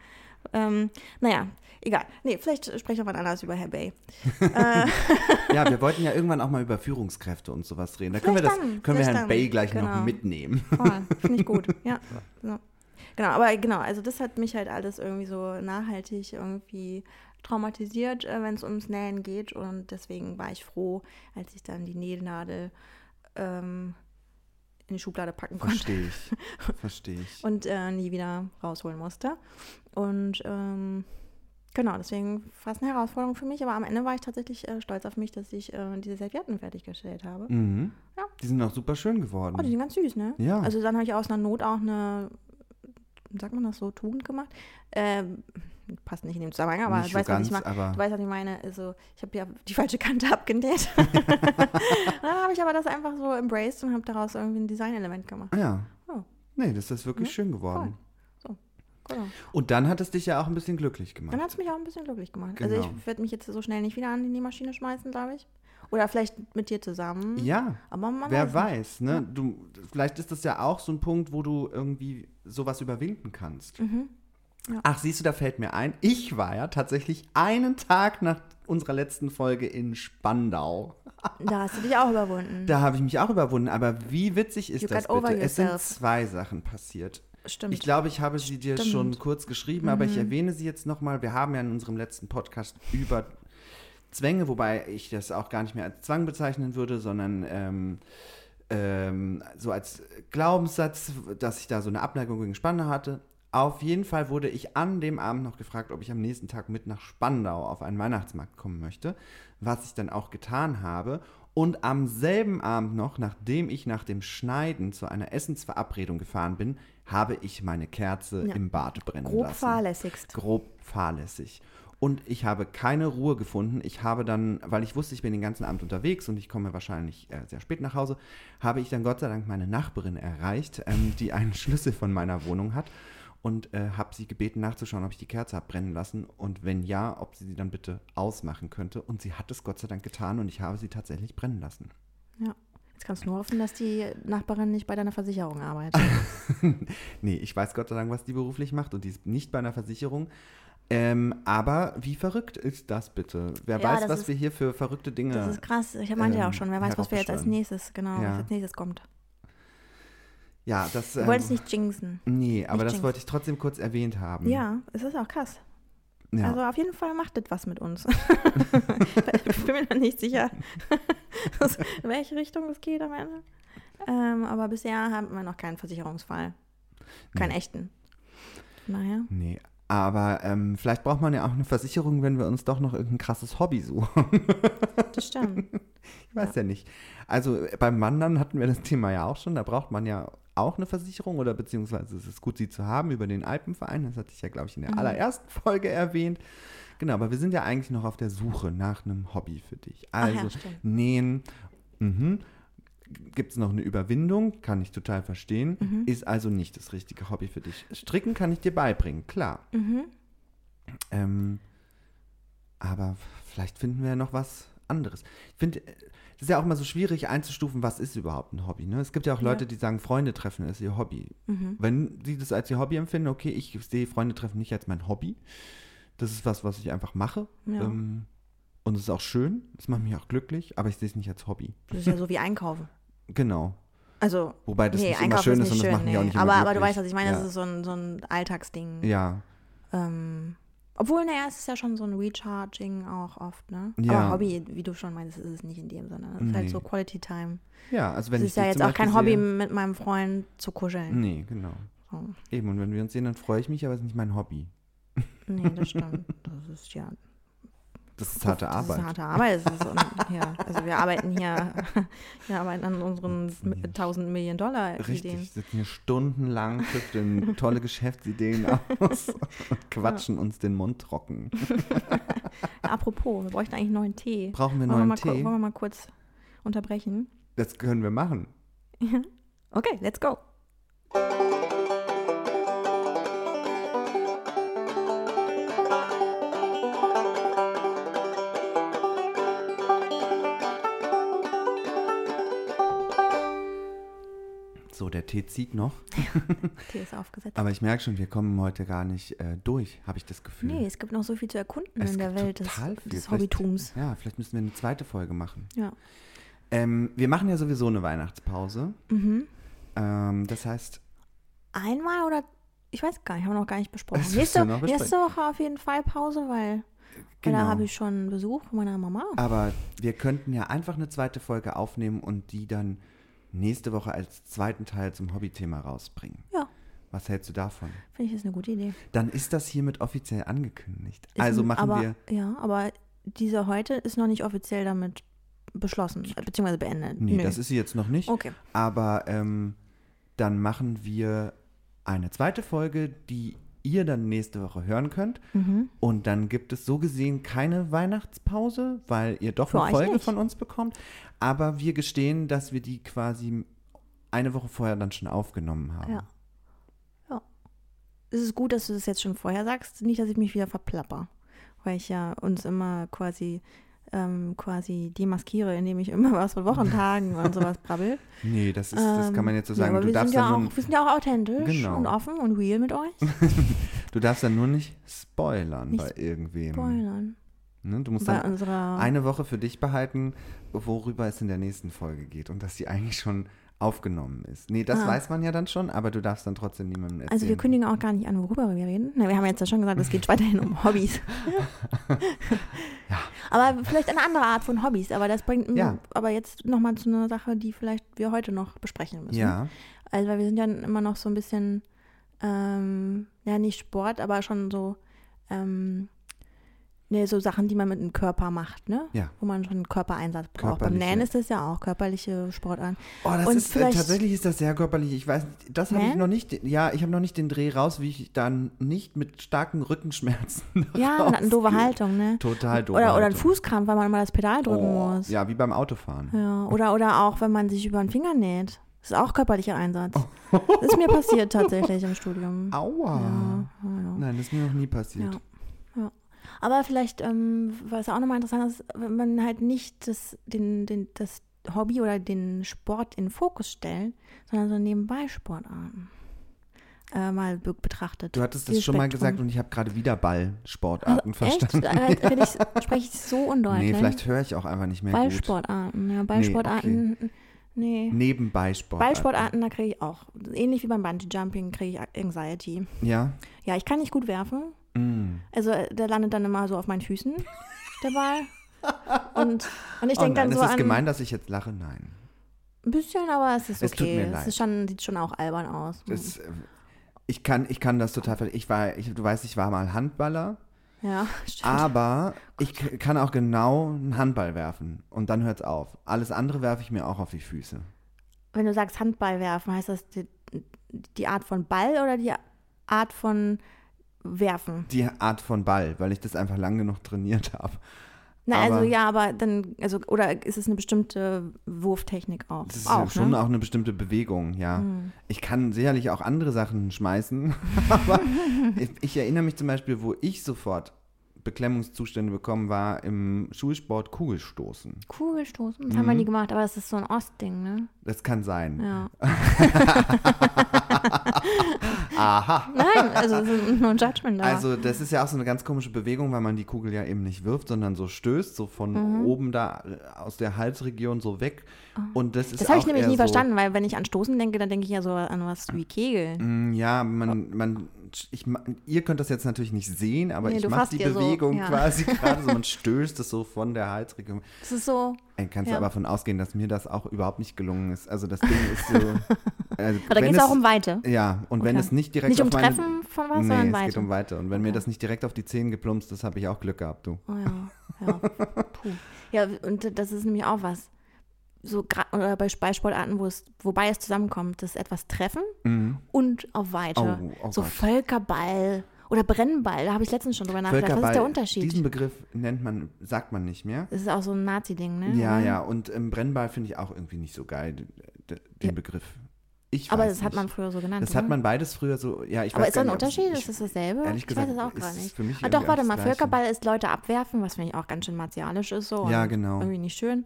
S1: Ähm, naja, egal. Nee, vielleicht spreche ich auch mal anders über Herr
S2: <laughs>
S1: Bay. Äh,
S2: Ja, wir wollten ja irgendwann auch mal über Führungskräfte und sowas reden. Da können
S1: Vielleicht
S2: wir das,
S1: dann,
S2: können wir
S1: vielleicht
S2: Herrn
S1: dann.
S2: Bay gleich
S1: Genau.
S2: noch
S1: <laughs>
S2: mitnehmen.
S1: Voll, finde ich gut. Ja. So. Genau, aber genau, also das hat mich halt alles irgendwie so nachhaltig irgendwie traumatisiert, äh, wenn es ums Nähen geht. Und deswegen war ich froh, als ich dann die Nähnadel ähm, in die Schublade packen konnte
S2: Verstehe ich. Verstehe ich.
S1: und äh, nie wieder rausholen musste. Und ähm, genau, deswegen war es eine Herausforderung für mich. Aber am Ende war ich tatsächlich äh, stolz auf mich, dass ich äh, diese Servietten fertiggestellt habe.
S2: Mhm.
S1: Ja.
S2: Die sind auch super schön geworden.
S1: Oh, die sind ganz süß, ne?
S2: Ja.
S1: Also dann habe ich aus einer Not auch eine, sagt man das so, Tugend gemacht. Ähm, passt nicht in dem Zusammenhang, aber
S2: Nicht
S1: du
S2: so
S1: weißt, was
S2: ganz, ah.
S1: ich meine.
S2: aber
S1: Du weißt, was ich meine. Also ich habe ja die falsche Kante <laughs>
S2: <laughs>
S1: abgenäht. dann habe ich aber das einfach so embraced und habe daraus irgendwie ein Designelement gemacht.
S2: Ah ja.
S1: Oh.
S2: Nee, das ist wirklich
S1: Ja,
S2: schön geworden.
S1: Genau.
S2: Und dann hat es dich ja auch ein bisschen glücklich gemacht.
S1: Dann hat es mich auch ein bisschen glücklich gemacht. Also
S2: Genau.
S1: ich werde mich jetzt so schnell nicht wieder an die Nähmaschine schmeißen, glaube ich. Oder vielleicht mit dir zusammen.
S2: Ja,
S1: Aber mhm. man
S2: wer
S1: weiß.
S2: weiß, ne? Du, vielleicht ist das ja auch so ein Punkt, wo du irgendwie sowas überwinden kannst.
S1: Mhm.
S2: Ach, siehst du, da fällt mir ein, ich war ja tatsächlich einen Tag nach unserer letzten Folge in Spandau.
S1: Mhm. Da hast du dich auch überwunden.
S2: Da habe ich mich auch überwunden, aber wie witzig ist
S1: You
S2: das
S1: got over
S2: bitte? Es sind
S1: yourself.
S2: zwei Sachen passiert.
S1: Stimmt.
S2: Ich glaube, ich habe sie dir
S1: Stimmt. Mhm.
S2: schon kurz geschrieben, aber ich erwähne sie jetzt nochmal. Wir haben ja in unserem letzten Podcast über Zwänge, wobei ich das auch gar nicht mehr als Zwang bezeichnen würde, sondern ähm, ähm, so als Glaubenssatz, dass ich da so eine Abneigung gegen Spandau hatte. Auf jeden Fall wurde ich an dem Abend noch gefragt, ob ich am nächsten Tag mit nach Spandau auf einen Weihnachtsmarkt kommen möchte, was ich dann auch getan habe. Und am selben Abend noch, nachdem ich nach dem Schneiden zu einer Essensverabredung gefahren bin, habe ich meine Kerze
S1: Ja.
S2: im Bad brennen
S1: Grob
S2: lassen
S1: fahrlässigst.
S2: grob fahrlässig. Und ich habe keine Ruhe gefunden. Ich habe dann, weil ich wusste, ich bin den ganzen Abend unterwegs und ich komme wahrscheinlich äh, sehr spät nach Hause, habe ich dann Gott sei Dank meine Nachbarin erreicht, ähm, die einen <laughs> Schlüssel von meiner Wohnung hat und äh, habe sie gebeten nachzuschauen, ob ich die Kerze habe brennen lassen und wenn ja, ob sie die dann bitte ausmachen könnte. Und sie hat es Gott sei Dank getan und ich habe sie tatsächlich brennen lassen.
S1: Ja. Jetzt kannst du nur hoffen, dass die Nachbarin nicht bei deiner Versicherung
S2: <laughs>
S1: arbeitet.
S2: nee, ich weiß Gott sei Dank, was die beruflich macht und die ist nicht bei einer Versicherung. Ähm, aber wie verrückt ist das bitte? Wer
S1: Ja,
S2: weiß,
S1: das
S2: was
S1: ist-
S2: wir hier für verrückte Dinge.
S1: Das ist krass. Ich meinte ja
S2: ähm,
S1: auch schon, wer weiß, was wir jetzt als
S2: heraufbeschwören.
S1: nächstes, genau,
S2: Ja.
S1: was als nächstes kommt.
S2: ja, das.
S1: Du
S2: ähm,
S1: wolltest nicht jinxen.
S2: Nee, aber
S1: nicht
S2: das
S1: jinxen.
S2: wollte ich trotzdem kurz erwähnt haben.
S1: Ja, es ist auch krass.
S2: Ja.
S1: Also auf jeden Fall macht das was mit
S2: <laughs>
S1: uns. <laughs> ich bin mir noch nicht sicher, <laughs> aus welche Richtung es geht am Ende. Ähm, aber bisher haben wir noch keinen Versicherungsfall. Keinen echten. Naja.
S2: Nee. Aber ähm, vielleicht braucht man ja auch eine Versicherung, wenn wir uns doch noch irgendein krasses Hobby suchen.
S1: Das
S2: <laughs>
S1: stimmt.
S2: Ich weiß ja. nicht. Also äh, beim Wandern hatten wir das <laughs> Thema ja auch schon. Da braucht man ja auch eine Versicherung oder beziehungsweise es ist gut, sie zu haben über den Alpenverein. Das hatte ich ja, glaube ich, in
S1: Mhm.
S2: der allerersten <laughs> Folge erwähnt. Genau, aber wir sind ja eigentlich noch auf der Suche nach einem Hobby für dich.
S1: Ach ja,
S2: Also
S1: stimmt.
S2: nähen. Mhm. Gibt es noch eine Überwindung? Kann ich total verstehen.
S1: Mhm.
S2: Ist also nicht das richtige Hobby für dich. Stricken kann ich dir beibringen, klar.
S1: Mhm.
S2: Ähm, aber vielleicht finden wir ja noch was anderes. Ich finde, es ist ja auch immer so schwierig einzustufen, was ist überhaupt ein Hobby. Ne? Es gibt ja auch
S1: Ja.
S2: Leute, die sagen, Freunde treffen ist ihr Hobby.
S1: mhm.
S2: Wenn sie das als ihr Hobby empfinden, okay, ich sehe Freunde treffen nicht als mein Hobby. Das ist was, was ich einfach mache.
S1: Ja.
S2: Ähm, und es ist auch schön, es macht mich auch glücklich, aber ich sehe es nicht als Hobby.
S1: Das ist ja so wie Einkaufen.
S2: Genau.
S1: Also,
S2: Wobei das
S1: nee,
S2: nicht immer
S1: Einkaufen
S2: schön
S1: ist
S2: ist,
S1: nicht
S2: und das
S1: schön.
S2: macht mich
S1: nee.
S2: auch nicht immer
S1: aber, aber du
S2: glücklich.
S1: weißt, was ich meine,
S2: ja.
S1: das ist so ein, so ein Alltagsding.
S2: Ja,
S1: Ähm, obwohl, naja, es ist ja schon so ein Recharging auch oft, ne?
S2: Ja.
S1: Aber Hobby, wie du schon meinst, ist es nicht in dem, sondern es ist
S2: Nee.
S1: halt so Quality Time.
S2: ja, also
S1: es
S2: wenn ich
S1: ist ja
S2: dich
S1: jetzt
S2: zum
S1: auch
S2: Beispiel
S1: kein Hobby,
S2: sehe-
S1: mit meinem Freund zu kuscheln.
S2: Nee, genau.
S1: So.
S2: Eben, und wenn wir uns sehen, dann freue ich mich, aber es ist nicht mein Hobby.
S1: Nee, das stimmt. Das ist ja.
S2: <laughs> Das ist harte
S1: Das
S2: Arbeit.
S1: ist harte Arbeit. Es ist, und, ja, also wir arbeiten hier, <laughs> wir arbeiten an unseren
S2: Sitzen hier.
S1: 1000 Millionen Dollar
S2: Hm, Richtig,
S1: Ideen.
S2: sitzen hier stundenlang,
S1: <laughs>
S2: tüfteln tolle Geschäftsideen aus und quatschen uns den Mund trocken.
S1: Apropos, wir bräuchten eigentlich neuen Tee.
S2: Brauchen wir
S1: wollen, wir
S2: neuen
S1: mal, ku-
S2: Tee?
S1: wollen wir mal kurz unterbrechen?
S2: Das können wir machen.
S1: Okay, let's go.
S2: So, der Tee zieht noch.
S1: Tee ist aufgesetzt.
S2: Aber ich merke schon, wir kommen heute gar nicht äh, durch, habe ich das Gefühl.
S1: Nee, es gibt noch so viel zu erkunden in der
S2: gibt
S1: Welt des,
S2: total viel.
S1: des
S2: Vielleicht-
S1: Hobbytums.
S2: Ja, vielleicht müssen wir eine zweite Folge machen.
S1: Ja.
S2: Ähm, wir machen ja sowieso eine Weihnachtspause. Ähm, das heißt,
S1: Mhm. Einmal oder ich weiß gar nicht, haben wir noch gar nicht besprochen.
S2: Das müssen
S1: Nächste,
S2: wir noch besprechen.
S1: nächste Woche auf jeden Fall Pause, weil weil
S2: Genau. Ah.
S1: da habe ich schon Besuch von meiner Mama.
S2: aber wir könnten ja einfach eine zweite Folge aufnehmen und die dann nächste Woche als zweiten Teil zum Hobbythema rausbringen.
S1: Ja,
S2: Was hältst du davon?
S1: finde ich das eine gute Idee.
S2: Dann ist das hiermit offiziell angekündigt.
S1: Ist
S2: also
S1: ein-
S2: machen
S1: aber,
S2: wir.
S1: Ja, aber diese heute ist noch nicht offiziell damit beschlossen, äh, beziehungsweise beendet.
S2: Nee,
S1: Nö.
S2: das ist sie jetzt noch nicht.
S1: Okay.
S2: Aber ähm, dann machen wir eine zweite Folge, die ihr dann nächste Woche hören könnt.
S1: Mhm.
S2: Und dann gibt es so gesehen keine Weihnachtspause, weil ihr doch
S1: Für
S2: eine
S1: euch
S2: Folge
S1: nicht.
S2: von uns bekommt. Aber wir gestehen, dass wir die quasi eine Woche vorher dann schon aufgenommen haben.
S1: Ja. es ist gut, dass du das jetzt schon vorher sagst, nicht, dass ich mich wieder verplapper, weil ich ja uns immer quasi ähm, quasi demaskiere, indem ich immer <laughs> was von Wochentagen und
S2: <laughs>
S1: sowas brabbel.
S2: Nee, das, ist, das kann
S1: Ähm,
S2: man jetzt so
S1: ja,
S2: sagen.
S1: aber
S2: du,
S1: wir,
S2: darfst
S1: sind ja
S2: ja
S1: auch,
S2: nun,
S1: wir sind ja auch authentisch
S2: Genau. Hm.
S1: und offen und real mit euch.
S2: du darfst ja nur nicht spoilern
S1: Nicht
S2: bei irgendwem.
S1: Spoilern.
S2: Ne? Du musst
S1: Bei
S2: dann
S1: unserer.
S2: eine Woche für dich behalten, worüber es in der nächsten Folge geht und dass sie eigentlich schon aufgenommen ist. Nee, das
S1: Ah.
S2: weiß man ja dann schon, aber du darfst dann trotzdem niemandem erzählen.
S1: also wir kündigen auch gar nicht an, worüber wir reden. Na, wir haben jetzt ja schon gesagt, es geht weiterhin um
S2: <laughs>
S1: Hobbys. Aber vielleicht eine andere Art von Hobbys. Aber das bringt
S2: Ja.
S1: aber jetzt nochmal zu einer Sache, die vielleicht wir heute noch besprechen müssen.
S2: Ja,
S1: Also weil wir sind ja immer noch so ein bisschen, ähm, ja nicht Sport, aber schon so, ähm, ne, so Sachen, die man mit dem Körper macht, ne?
S2: ja.
S1: Wo man schon Körpereinsatz braucht. Beim
S2: Körperliche-
S1: Nähen ist das ja auch körperliche
S2: <laughs>
S1: Sportarten.
S2: Oh, das
S1: Und
S2: ist äh,
S1: vielleicht- Ne?
S2: tatsächlich ist das sehr körperlich. Ich weiß, nicht, das habe
S1: Hä?
S2: ich noch nicht. Ja, ich habe noch nicht den Dreh raus, wie ich dann nicht mit starken Rückenschmerzen. <laughs>
S1: Ja, und eine doofe
S2: rausgehe.
S1: Haltung, ne?
S2: Total doof.
S1: Oder, oder ein Fußkrampf, weil man immer das Pedal drücken
S2: oh,
S1: muss.
S2: Ja, wie beim Autofahren.
S1: Ja, Oder, oder auch, wenn man sich über den Finger näht. Das ist auch körperlicher
S2: <laughs>
S1: Einsatz. Das ist mir passiert tatsächlich im Studium.
S2: Aua.
S1: Ja, ja, ja.
S2: Nein, das ist mir noch nie passiert.
S1: Ja. ja. Aber vielleicht, ähm, was auch nochmal interessant ist, wenn man halt nicht das, den, den, das Hobby oder den Sport in den Fokus stellen, sondern so nebenbei Sportarten äh, mal be betrachtet.
S2: Du hattest das
S1: Dieses
S2: schon mal
S1: Spektrum. Also
S2: gesagt und ich habe gerade wieder Ballsportarten verstanden.
S1: Echt?
S2: <laughs>
S1: ne? Aber Rede ich, spreche ich so undeutlich.
S2: Nee, vielleicht höre ich auch einfach nicht mehr gut.
S1: Ballsportarten, ja, Ballsportarten, nee.
S2: äh, Nebenbei Sport.
S1: Ballsportarten, da kriege ich auch, ähnlich wie beim Bungee-Jumping, kriege ich Anxiety.
S2: Ja.
S1: Ja, ich kann nicht gut werfen.
S2: Mm.
S1: Also äh, der landet dann immer so auf meinen Füßen, der Ball. Und, und ich
S2: oh
S1: denke
S2: nein,
S1: dann so
S2: ist es
S1: an
S2: gemein, dass ich jetzt lache? Nein.
S1: ein bisschen, aber es ist
S2: Es tut
S1: okay.
S2: mir leid.
S1: ist schon, sieht schon auch albern aus.
S2: Das, äh, ich, kann, ich kann das total ver- Ich war, ich, du weißt, ich war mal Handballer,
S1: ja,
S2: Ah.
S1: stimmt. <laughs>
S2: aber ich k- kann auch genau einen Handball werfen und dann hört's auf. Alles andere werfe ich mir auch auf die Füße.
S1: Wenn du sagst Handball werfen, heißt das die, die Art von Ball oder die Art von Werfen?
S2: Die Art von Ball, weil ich das einfach lang genug trainiert <laughs> habe.
S1: Na,
S2: Aber-
S1: also ja, aber dann, also, oder ist es eine bestimmte Wurftechnik auch?
S2: Das ist
S1: auch,
S2: schon
S1: ne? Hm.
S2: auch eine bestimmte Bewegung, ja. Ich kann sicherlich auch andere Sachen
S1: <laughs>
S2: schmeißen, <laughs> aber ich, ich erinnere mich zum Beispiel, wo ich sofort Beklemmungszustände bekommen war im Schulsport Kugelstoßen.
S1: Kugelstoßen, das haben wir
S2: Mhm.
S1: nie gemacht, aber das ist so ein Ostding, ne?
S2: Das kann sein.
S1: Ja.
S2: <laughs> Aha.
S1: Nein, also es ist nur ein Judgment da.
S2: Also das ist ja auch so eine ganz komische Bewegung, weil man die Kugel ja eben nicht wirft, sondern so stößt, so von
S1: Mhm.
S2: oben da äh, aus der Halsregion so weg. Und das ist
S1: Ah. das habe ich
S2: auch
S1: nämlich
S2: eher
S1: nie
S2: so,
S1: verstanden, weil wenn ich an Stoßen denke, dann denke ich ja so an was wie Kegel.
S2: Mm, Ja, man,
S1: Oh.
S2: man, ich, ma- ihr könnt das jetzt natürlich nicht sehen, aber
S1: Nee,
S2: ich
S1: du
S2: mache
S1: fasst
S2: die
S1: dir so,
S2: Bewegung
S1: ja. <laughs>
S2: quasi gerade so, man stößt es so von der Halsregion.
S1: Das ist so.
S2: Ey, kannst
S1: Ja.
S2: du aber von ausgehen, dass mir das auch überhaupt nicht gelungen ist. Also das Ding
S1: <laughs>
S2: ist so. Also,
S1: Aber da
S2: wenn
S1: geht es auch um Weite.
S2: Ja, und wenn
S1: Okay.
S2: es nicht direkt
S1: Nicht um
S2: auf meine,
S1: Treffen von was,
S2: nee,
S1: sondern
S2: es geht
S1: Weite.
S2: um Weite. Und wenn mir das nicht direkt auf die Zehen geplumpst ist, habe ich auch Glück gehabt, du.
S1: Oh ja, ja. Puh. Ja, und das ist nämlich auch was. So gra- oder bei Ballsportarten, wo es, wo beides zusammenkommt, das ist etwas treffen
S2: Mhm.
S1: und auf Weite.
S2: Oh, oh
S1: so
S2: Gott.
S1: Völkerball oder Brennball, da habe ich letztens schon drüber nachgedacht. Was ist der Unterschied?
S2: Diesen Begriff nennt man, sagt man nicht mehr.
S1: Das ist auch so ein Nazi-Ding, ne?
S2: Ja, ja. Und ähm, Brennball finde ich auch irgendwie nicht so geil, d- d- den Begriff. Ich
S1: Aber
S2: weiß
S1: das hat
S2: nicht.
S1: man früher so genannt.
S2: Das hat
S1: oder?
S2: man beides früher so. Ja, ich
S1: Aber
S2: weiß
S1: ist
S2: gar
S1: da ein
S2: nicht, ob es-
S1: Unterschied?
S2: ich-
S1: Ist das dasselbe?
S2: ehrlich
S1: ich weiß
S2: gesagt
S1: es auch
S2: ist
S1: gerade
S2: es
S1: nicht.
S2: für mich
S1: ah, doch,
S2: irgendwie
S1: warte
S2: alles
S1: mal,
S2: Gleiche.
S1: Völkerball ist Leute abwerfen, was finde ich auch ganz schön martialisch ist so.
S2: Ja,
S1: und
S2: genau.
S1: Irgendwie nicht schön.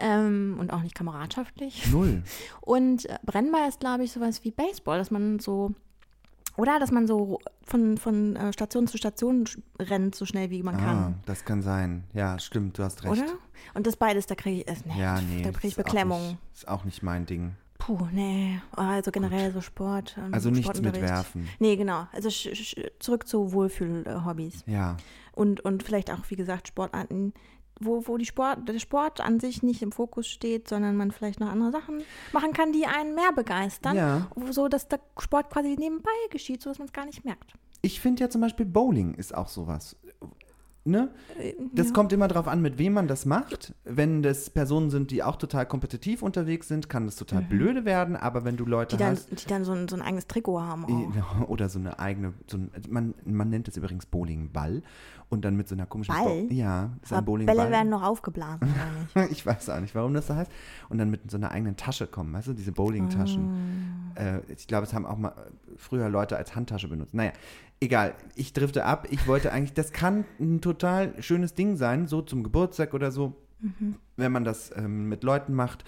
S1: Ähm, und auch nicht kameradschaftlich.
S2: Null.
S1: Und äh, Brennball ist, glaube ich, sowas wie Baseball, dass man so. Oder dass man so von, von äh, Station zu Station sch- rennt, so schnell wie man
S2: Ah,
S1: kann.
S2: das kann sein. Ja, stimmt, du hast recht.
S1: Oder? Und das beides, da kriege ich. Äh, nee,
S2: Ja, nee.
S1: da kriege ich
S2: ist auch
S1: Beklemmung.
S2: nicht- Ist auch nicht mein Ding.
S1: Puh, nee. Also generell so Sport. ähm,
S2: Also nichts mit
S1: Sportunterricht.
S2: Werfen.
S1: Nee, genau. Also sch, sch, zurück zu Wohlfühl-Hobbys.
S2: Ja.
S1: Und, und vielleicht auch, wie gesagt, Sportarten, wo, wo die Sport, der Sport an sich nicht im Fokus steht, sondern man vielleicht noch andere Sachen machen kann, die einen mehr begeistern.
S2: Ja.
S1: wo- So, dass der Sport quasi nebenbei geschieht, sodass man es gar nicht merkt.
S2: Ich finde ja zum Beispiel Bowling ist auch sowas. Ne?
S1: Äh,
S2: Das kommt immer drauf an, mit wem man das macht. Wenn das Personen sind, die auch total kompetitiv unterwegs sind, kann das total blöde werden. Aber wenn du Leute
S1: Mhm. Die dann, Oh.
S2: hast,
S1: die dann so, ein, so ein eigenes Trikot haben. Auch.
S2: Ja, <laughs> Oder so eine eigene, so ein, man, man nennt es übrigens Bowlingball und dann mit so einer komischen
S1: Ball?
S2: Form- Ja, ist ein
S1: Oh, Aber
S2: Bowlingball.
S1: Bälle werden noch aufgeblasen.
S2: <laughs>
S1: oder nicht?
S2: ich weiß auch nicht, warum das so heißt. Und dann mit so einer eigenen Tasche kommen, weißt du, diese Bowlingtaschen.
S1: Ah.
S2: Äh, ich glaube, es haben auch mal früher Leute als Handtasche benutzt. Naja, egal, ich drifte ab. Ich wollte eigentlich, das kann ein total schönes Ding sein, so zum Geburtstag oder so,
S1: Mhm.
S2: wenn man das ähm, mit Leuten macht,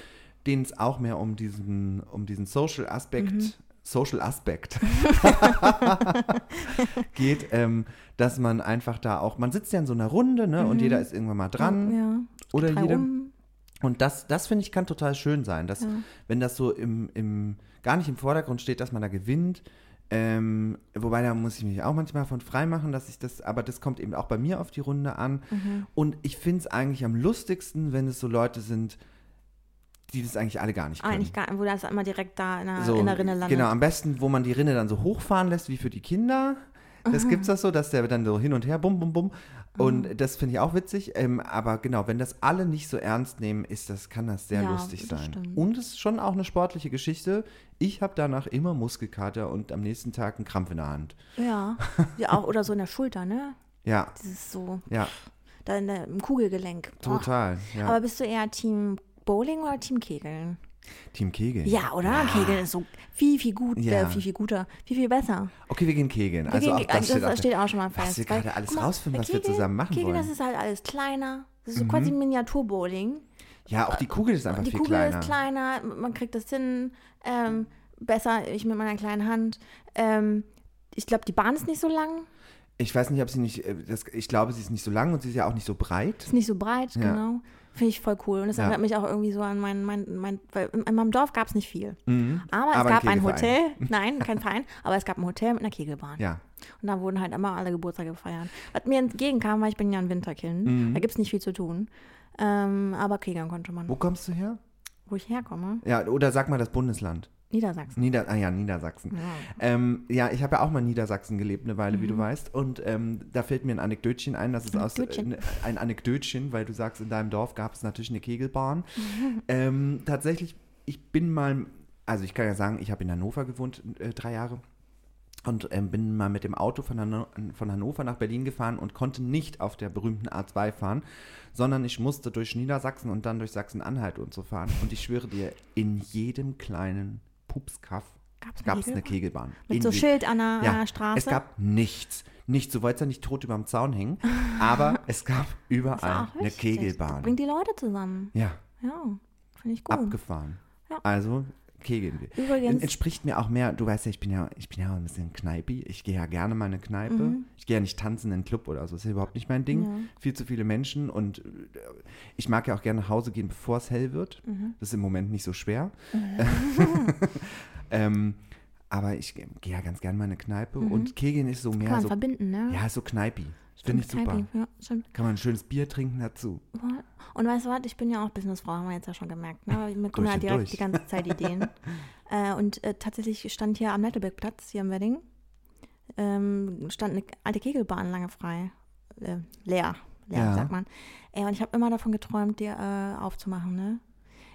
S2: denen es auch mehr um diesen, um diesen Social-Aspekt,
S1: Mhm. <laughs>
S2: Social-Aspekt <laughs> geht, ähm, dass man einfach da auch, man sitzt ja in so einer Runde, ne, und jeder ist irgendwann mal dran.
S1: Mhm. Ja.
S2: Oder
S1: Drei
S2: jeder,
S1: um.
S2: und das, das finde ich, kann total schön sein, dass, wenn das so im, im, gar nicht im Vordergrund steht, dass man da gewinnt. Ähm, wobei, da muss ich mich auch manchmal von frei machen, dass ich das, aber das kommt eben auch bei mir auf die Runde an. Und ich finde es eigentlich am lustigsten, wenn es so Leute sind, die das eigentlich alle gar nicht können.
S1: Eigentlich Ah, gar wo das immer direkt da in der,
S2: so,
S1: in der Rinne landet.
S2: Genau, am besten, wo man die Rinne dann so hochfahren lässt, wie für die Kinder. Das gibt's das so, dass der dann so hin und her, bum, bum, bum. Und
S1: Ah.
S2: das finde ich auch witzig. Ähm, aber genau, wenn das alle nicht so ernst nehmen, ist das, kann das sehr
S1: Ja,
S2: lustig
S1: das
S2: sein.
S1: stimmt.
S2: Und es ist schon auch eine sportliche Geschichte. Ich habe danach immer Muskelkater und am nächsten Tag einen Krampf in der Hand. <laughs>
S1: Ja. ja auch, oder so in der Schulter, ne?
S2: Ja,
S1: Dieses so,
S2: ja,
S1: da in der, im Kugelgelenk. Boah.
S2: total. Ja.
S1: Aber bist du eher Team Bowling oder Team Kegeln?
S2: Team Kegel.
S1: Ja, oder? Kegeln ist so viel, viel gut,
S2: Ja.
S1: äh, viel, viel guter, viel, viel besser.
S2: Okay, wir gehen Kegeln.
S1: Wir
S2: also
S1: gehen-
S2: auch das steht, auf
S1: das
S2: der-
S1: steht auch schon mal fest.
S2: wir
S1: weil-
S2: gerade alles
S1: guck mal,
S2: rausfinden,
S1: bei
S2: was wir zusammen machen
S1: Kegeln,
S2: wollen.
S1: das ist halt alles kleiner. Das ist so quasi Miniaturbowling.
S2: Ja, auch die Kugel ist einfach
S1: die
S2: viel
S1: Kugel
S2: kleiner.
S1: ist kleiner, man kriegt das hin, ähm, besser ich mit meiner kleinen Hand. Ähm, ich glaube, die Bahn ist nicht so lang,
S2: Ich weiß nicht, ob sie nicht, äh, das, ich glaube, sie ist nicht so lang und sie ist ja auch nicht so breit.
S1: ist nicht so breit,
S2: Ja.
S1: genau. Finde ich voll cool. Und das
S2: Ja.
S1: erinnert mich auch irgendwie so an mein, mein, mein weil in meinem Dorf gab es nicht viel.
S2: Mhm.
S1: Aber es
S2: Aber ein
S1: gab ein
S2: Kegelverein. <laughs>
S1: Hotel, nein, kein Verein, aber es gab ein Hotel mit einer Kegelbahn.
S2: Ja.
S1: Und da wurden halt immer alle Geburtstage gefeiert. Was mir entgegenkam, weil ich bin ja ein Winterkind, da gibt es nicht viel zu tun. Ähm, aber kegeln konnte man.
S2: Mhm. Wo
S1: Wo,
S2: kommst du her?
S1: ich herkomme,
S2: Ja, oder sag mal das Bundesland.
S1: Niedersachsen.
S2: Nieder ah ja, Niedersachsen.
S1: Ja.
S2: Ähm, ja, ich habe ja auch mal in Niedersachsen gelebt, eine Weile, wie du weißt. Und ähm, da fällt mir ein Anekdötchen ein, das ist aus äh,
S1: Anekdötchen.
S2: ne- ein Anekdötchen, weil du sagst, in deinem Dorf gab es natürlich
S1: <laughs>
S2: eine Kegelbahn. ähm, tatsächlich, ich bin mal, also ich kann ja sagen, ich habe in Hannover gewohnt, äh, drei Jahre. Und ähm, bin mal mit dem Auto von, Hanno von Hannover nach Berlin gefahren und konnte nicht auf der berühmten A2 fahren, sondern ich musste durch Niedersachsen und dann durch Sachsen-Anhalt und so fahren. Und ich schwöre dir, in jedem kleinen Pupskaff
S1: Gab's eine
S2: gab es eine
S1: Kegelbahn?
S2: Kegelbahn.
S1: Mit
S2: In
S1: so
S2: je-
S1: Schild an der, an
S2: ja,
S1: der Ah, Straße.
S2: es gab nichts. Nichts. Du wolltest ja nicht tot überm
S1: <laughs>
S2: Zaun hängen, aber es gab
S1: Das war
S2: überall
S1: auch richtig.
S2: eine
S1: Das
S2: Kegelbahn.
S1: bringt die Leute zusammen.
S2: Ja,
S1: Ja, finde ich gut.
S2: abgefahren.
S1: Ja.
S2: Also kegeln wir.
S1: Übrigens-
S2: En- Entspricht mir auch mehr, du weißt ja, ich bin ja, ich bin ja auch ein bisschen Kneipi. Ich gehe ja gerne mal in eine Kneipe. Ich gehe ja nicht tanzen in einen Club oder so. Das ist ja überhaupt nicht mein Ding.
S1: Mhm. Ja.
S2: Viel zu viele Menschen und äh, ich mag ja auch gerne nach Hause gehen, bevor es hell wird.
S1: Mhm.
S2: Das ist im Moment nicht so
S1: <laughs>
S2: schwer. <laughs> ähm, aber ich ge- gehe ja ganz gerne mal in eine Kneipe und Kegeln ist so mehr
S1: Mhm. Kann man
S2: so
S1: verbinden, ne?
S2: Ja, ist so Kneipi. Finde ich super.
S1: Kneipi, Ja, stimmt.
S2: Kann man ein schönes Bier trinken dazu.
S1: Voll. Und weißt du was, ich bin ja auch Businessfrau, haben wir jetzt ja schon gemerkt. Ne? Aber Mir kommen ja
S2: und
S1: direkt
S2: durch.
S1: die ganze Zeit
S2: <laughs>
S1: Ideen. äh, und äh, tatsächlich stand hier am Nettelbergplatz, hier im Wedding, ähm, stand eine alte Kegelbahn lange frei. Äh, leer, leer
S2: Ja.
S1: sagt man. Äh, und ich habe immer davon geträumt, die äh, aufzumachen. Ne?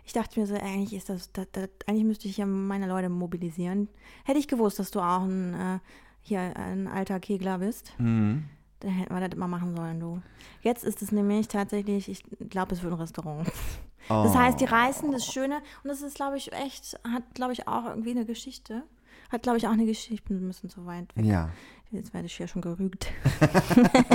S1: Ich dachte mir so, eigentlich ist das, das, das, eigentlich müsste ich ja meine Leute mobilisieren. Hätte ich gewusst, dass du auch ein, äh, hier ein alter Kegler bist.
S2: Mhm.
S1: Dann hätten wir das immer machen sollen, du. Jetzt ist es nämlich tatsächlich, ich glaube, es wird ein Restaurant. Das heißt, die reißen das Schöne und das ist, glaube ich, echt, hat, glaube ich, auch irgendwie eine Geschichte. Hat, glaube ich, auch eine Geschichte. Ich bin ein bisschen zu weit weg.
S2: Ja.
S1: Jetzt werde ich hier schon gerügt. <laughs>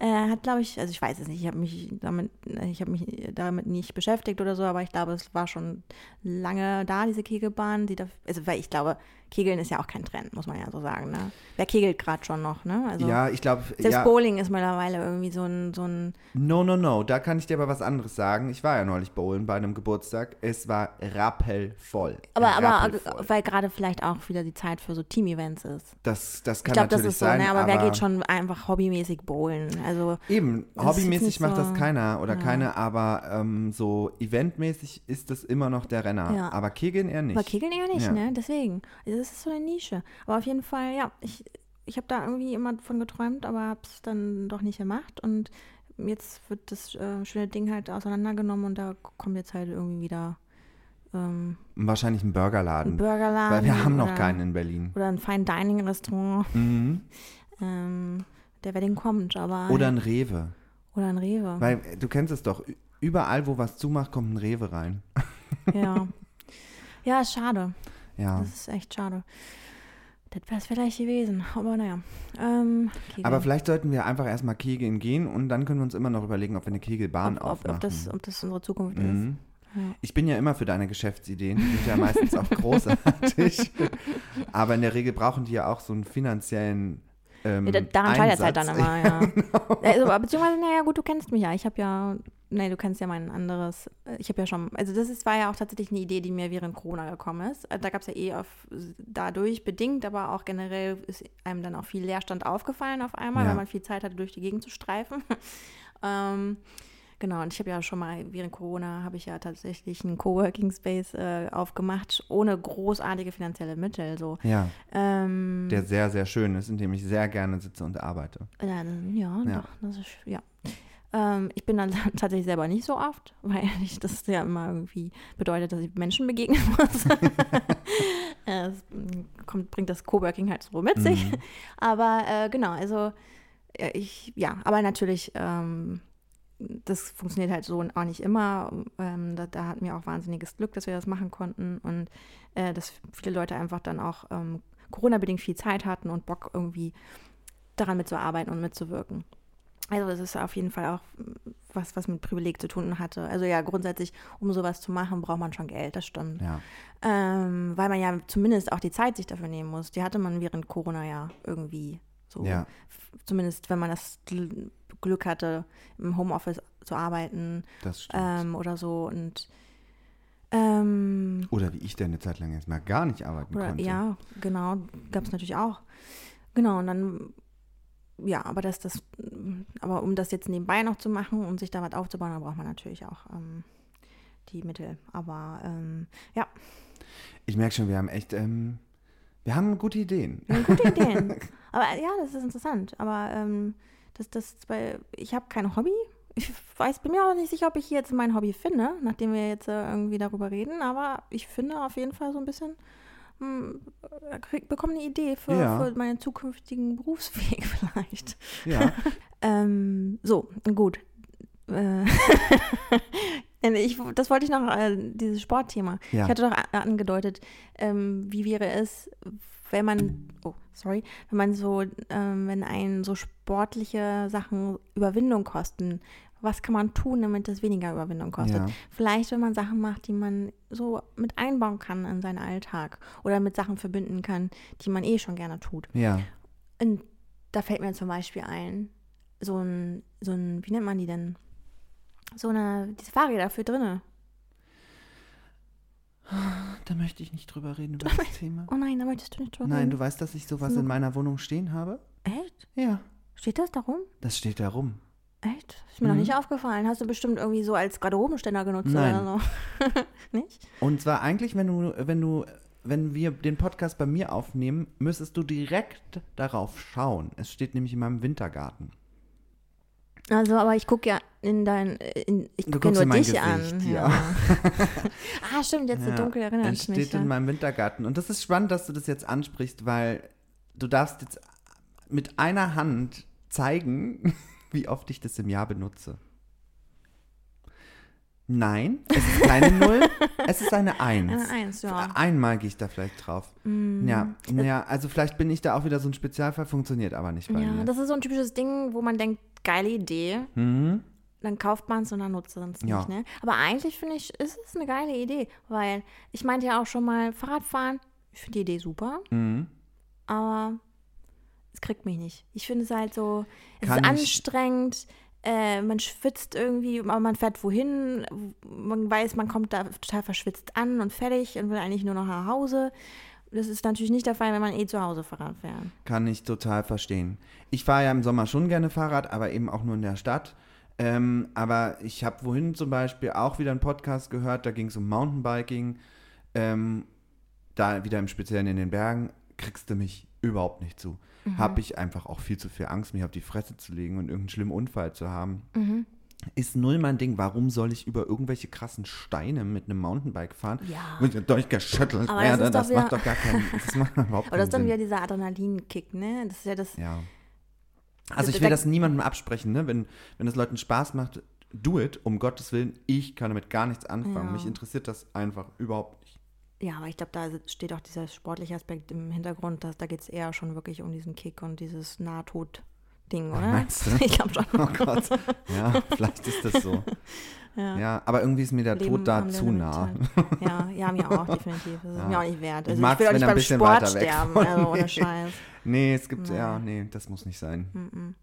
S1: äh, hat, glaube ich, also ich weiß es nicht, ich habe mich damit, ich habe mich damit nicht beschäftigt oder so, aber ich glaube, es war schon lange da, diese Kegelbahn. Die da, also, weil ich glaube, Kegeln ist ja auch kein Trend, muss man ja so sagen. Ne? Wer kegelt gerade schon noch, ne? Also,
S2: Ja, ich glaube,
S1: selbst
S2: ja,
S1: Bowling ist mittlerweile irgendwie so ein, so ein
S2: no, no, no, da kann ich dir aber was anderes sagen. Ich war ja neulich bowlen bei einem Geburtstag. Es war rappelvoll.
S1: aber, äh, aber
S2: Rappelvoll.
S1: weil gerade vielleicht auch wieder die Zeit für so Team-Events ist.
S2: das, das kann
S1: Ich glaube, das
S2: natürlich
S1: ist so,
S2: sein.
S1: ne? aber,
S2: aber
S1: wer geht schon einfach hobbymäßig bowlen? Also
S2: Eben,
S1: Das ist jetzt
S2: hobbymäßig
S1: nicht
S2: macht das
S1: so-
S2: keiner oder keine, aber ähm, so eventmäßig ist das immer noch der Renner.
S1: Ja.
S2: Aber Kegeln eher nicht.
S1: bei Kegeln eher nicht,
S2: Ja.
S1: ne? Deswegen. Also das ist so eine Nische. Aber auf jeden Fall, ja, ich, ich habe da irgendwie immer von geträumt, aber hab's dann doch nicht gemacht. Und jetzt wird das äh, schöne Ding halt auseinandergenommen und da kommt jetzt halt irgendwie wieder ähm,
S2: Wahrscheinlich ein Burgerladen.
S1: ein Burgerladen.
S2: Hm. weil wir haben noch
S1: oder-
S2: keinen in Berlin.
S1: Oder ein Fine Dining Restaurant.
S2: Mhm.
S1: Ähm, der Wedding kommt, aber.
S2: Oder ein Rewe.
S1: Oder ein Rewe.
S2: Weil äh, du kennst es doch, ü- überall wo was zumacht, kommt ein Rewe rein. <laughs>
S1: Ja. Ja, ist schade.
S2: Ja.
S1: Das ist echt schade. Das wäre es vielleicht gewesen. Aber naja. Ähm, Kegel.
S2: Aber vielleicht sollten wir einfach erstmal Kegeln gehen und dann können wir uns immer noch überlegen, ob wir eine Kegelbahn
S1: ob, ob,
S2: aufmachen.
S1: ob, das, ob das unsere Zukunft ist.
S2: mhm.
S1: Ja.
S2: Ich bin ja immer für deine Geschäftsideen, die sind ja meistens auch
S1: <laughs>
S2: großartig. Aber in der Regel brauchen die ja auch so einen finanziellen ähm,
S1: Ja, da- daran scheitert es halt
S2: Einsatz.
S1: dann
S2: Genau. <laughs>
S1: immer, ja. also, aber beziehungsweise, naja, gut, du kennst mich ja. Ich habe ja, nee, du kennst ja mein anderes. äh, Ich habe ja schon, also das ist, war ja auch tatsächlich eine Idee, die mir während Corona gekommen ist. Äh, Da gab es ja eh auf, dadurch bedingt, aber auch generell ist einem dann auch viel Leerstand aufgefallen auf einmal,
S2: Ja.
S1: weil man viel Zeit hatte, durch die Gegend zu streifen. <laughs> ähm, Genau, und ich habe ja schon mal während Corona habe ich ja tatsächlich einen Coworking Space äh, aufgemacht, ohne großartige finanzielle Mittel. So.
S2: <laughs> Ja,
S1: Ähm,
S2: der sehr, sehr schön ist, in dem ich sehr gerne sitze und arbeite.
S1: ja, das- Äh, ja,
S2: Ja.
S1: Doch, das ist, ja. Ähm, ich bin dann <laughs> tatsächlich selber nicht so oft, weil <laughs> ich, das ja immer irgendwie bedeutet, dass ich Menschen begegnen <laughs> muss. Äh, es kommt, bringt das Coworking halt so mit sich. <laughs> Aber äh, genau, also ja, ich, ja, aber natürlich, ähm, das funktioniert halt so auch nicht immer. Ähm, da, da hatten wir auch wahnsinniges Glück, dass wir das machen konnten und äh, dass viele Leute einfach dann auch ähm, Corona-bedingt viel Zeit hatten und Bock irgendwie daran mitzuarbeiten und mitzuwirken. Also es ist auf jeden Fall auch was, was mit Privileg zu tun hatte. Also ja, grundsätzlich, um sowas zu machen, braucht man schon Geld, das stimmt.
S2: Ja.
S1: Ähm, weil man ja zumindest auch die Zeit sich dafür nehmen muss. Die hatte man während Corona ja irgendwie so.
S2: Ja.
S1: F- Zumindest wenn man das Gl- Glück hatte, im Homeoffice zu arbeiten
S2: Das stimmt.
S1: ähm, oder so. Und ähm,
S2: Oder wie ich da eine Zeit lang jetzt mal gar nicht arbeiten
S1: Oder,
S2: konnte.
S1: ja, genau, gab es natürlich auch. Genau, und dann, ja, aber das, das, aber um das jetzt nebenbei noch zu machen, um sich da was aufzubauen, da braucht man natürlich auch ähm, die Mittel. Aber ähm, ja,
S2: Ich merke schon, wir haben echt, ähm, wir haben gute Ideen.
S1: gute Ideen. aber äh, ja, das ist interessant. Aber ähm, das, das, weil ich habe kein Hobby. Ich weiß, bin mir auch nicht sicher, ob ich hier jetzt mein Hobby finde, nachdem wir jetzt äh, irgendwie darüber reden. Aber ich finde auf jeden Fall so ein bisschen, hm, krieg, bekomme eine Idee für,
S2: Ja.
S1: für meinen zukünftigen Berufsweg <laughs> vielleicht.
S2: <laughs> Ja,
S1: Ähm, so, gut. Äh, <laughs> ich, das wollte ich noch, äh, dieses Sportthema.
S2: Ja.
S1: Ich hatte doch a- angedeutet, ähm, wie wäre es, wenn man, oh, sorry, wenn man so, ähm, wenn einen so sportliche Sachen Überwindung kosten, was kann man tun, damit das weniger Überwindung kostet?
S2: Ja.
S1: Vielleicht, wenn man Sachen macht, die man so mit einbauen kann in seinen Alltag oder mit Sachen verbinden kann, die man eh schon gerne tut.
S2: ja.
S1: Und da fällt mir zum Beispiel ein, so ein, so ein, wie nennt man die denn? So eine, diese Fahrräder für drinnen.
S2: Da möchte ich nicht drüber reden über das Thema.
S1: Oh nein, da möchtest du nicht drüber
S2: Nein,
S1: reden.
S2: du weißt, dass ich sowas in meiner Wohnung stehen habe?
S1: Echt?
S2: Ja.
S1: Steht das da rum?
S2: Das steht da rum.
S1: Echt? Ist
S2: Mhm.
S1: mir noch nicht aufgefallen. Hast du bestimmt irgendwie so als Garderobenständer genutzt
S2: Nein.
S1: oder so? <laughs> nicht?
S2: Und zwar eigentlich, wenn du, wenn du, wenn wir den Podcast bei mir aufnehmen, müsstest du direkt darauf schauen. Es steht nämlich in meinem Wintergarten.
S1: Also, aber ich gucke ja in dein, in, ich
S2: Du
S1: gucke
S2: guckst
S1: ja
S2: in
S1: nur
S2: mein
S1: dich an.
S2: Gesicht, ja.
S1: <laughs> ah, stimmt, jetzt so dunkel erinnert
S2: es
S1: ich
S2: steht
S1: mich. Ja.
S2: in meinem Wintergarten. Und das ist spannend, dass du das jetzt ansprichst, weil du darfst jetzt mit einer Hand zeigen, <laughs> wie oft ich das im Jahr benutze. Nein, es
S1: <laughs>
S2: ist keine Null, es ist eine Eins.
S1: Eine Eins, ja. Mm.
S2: Einmal gehe ich da vielleicht drauf. Ja, ja, also vielleicht bin ich da auch wieder so ein Spezialfall, funktioniert aber nicht bei
S1: ja,
S2: mir.
S1: das ist so ein typisches Ding, wo man denkt, geile Idee,
S2: Mhm.
S1: dann kauft man es und dann nutzt man es
S2: Ja.
S1: nicht. Ne? Aber eigentlich finde ich, ist es eine geile Idee, weil ich meinte ja auch schon mal, Fahrradfahren, ich finde die Idee super,
S2: Mhm.
S1: aber es kriegt mich nicht. Ich finde es halt so, es
S2: Kann
S1: ist
S2: ich-
S1: anstrengend, äh, man schwitzt irgendwie, aber man fährt wohin, man weiß, man kommt da total verschwitzt an und fertig und will eigentlich nur noch nach Hause. Das ist natürlich nicht der Fall, wenn man eh zu Hause Fahrrad fährt.
S2: Kann ich total verstehen. Ich fahre ja im Sommer schon gerne Fahrrad, aber eben auch nur in der Stadt. Ähm, aber ich habe wohin zum Beispiel auch wieder einen Podcast gehört, da ging es um Mountainbiking. Ähm, da wieder im Speziellen in den Bergen kriegst du mich überhaupt nicht zu.
S1: Mhm.
S2: Habe ich einfach auch viel zu viel Angst, mich auf die Fresse zu legen und irgendeinen schlimmen Unfall zu haben.
S1: Mhm.
S2: Ist null mein Ding. Warum soll ich über irgendwelche krassen Steine mit einem Mountainbike fahren?
S1: Ja.
S2: Wenn ich durchgeschüttelt
S1: Aber das
S2: werde,
S1: ist doch
S2: das, macht
S1: wieder-
S2: doch gar keinen Das macht überhaupt
S1: Aber das ist dann
S2: keinen Sinn.
S1: wieder dieser Adrenalinkick, ne? Das ist ja das.
S2: Ja. Also
S1: Da-
S2: ich will
S1: da-
S2: das niemandem absprechen, ne? Wenn, wenn es Leuten Spaß macht, do it, um Gottes Willen. Ich kann damit gar nichts anfangen.
S1: Ja.
S2: Mich interessiert das einfach überhaupt nicht.
S1: Ja, aber ich glaube, da steht auch dieser sportliche Aspekt im Hintergrund. Dass, da geht es eher schon wirklich um diesen Kick und dieses Nahtod-Ding, oder?
S2: Meinst du?
S1: <laughs> Ich glaube schon.
S2: Oh
S1: <laughs>
S2: Gott. ja, vielleicht ist das so. Ja. aber irgendwie ist mir der
S1: Leben
S2: Tod da
S1: am
S2: zu
S1: Limit
S2: nah.
S1: halt. Ja, ja, mir
S2: <laughs>
S1: auch, definitiv. Das ist mir auch nicht wert.
S2: Ich
S1: Also ich,
S2: mag's,
S1: will auch
S2: wenn
S1: nicht
S2: er ein
S1: beim
S2: bisschen
S1: Sport
S2: weiter weg
S1: sterben,
S2: von
S1: also ohne
S2: mir
S1: Scheiß.
S2: Nee, es gibt, ja, nee, das muss nicht sein.
S1: Hm.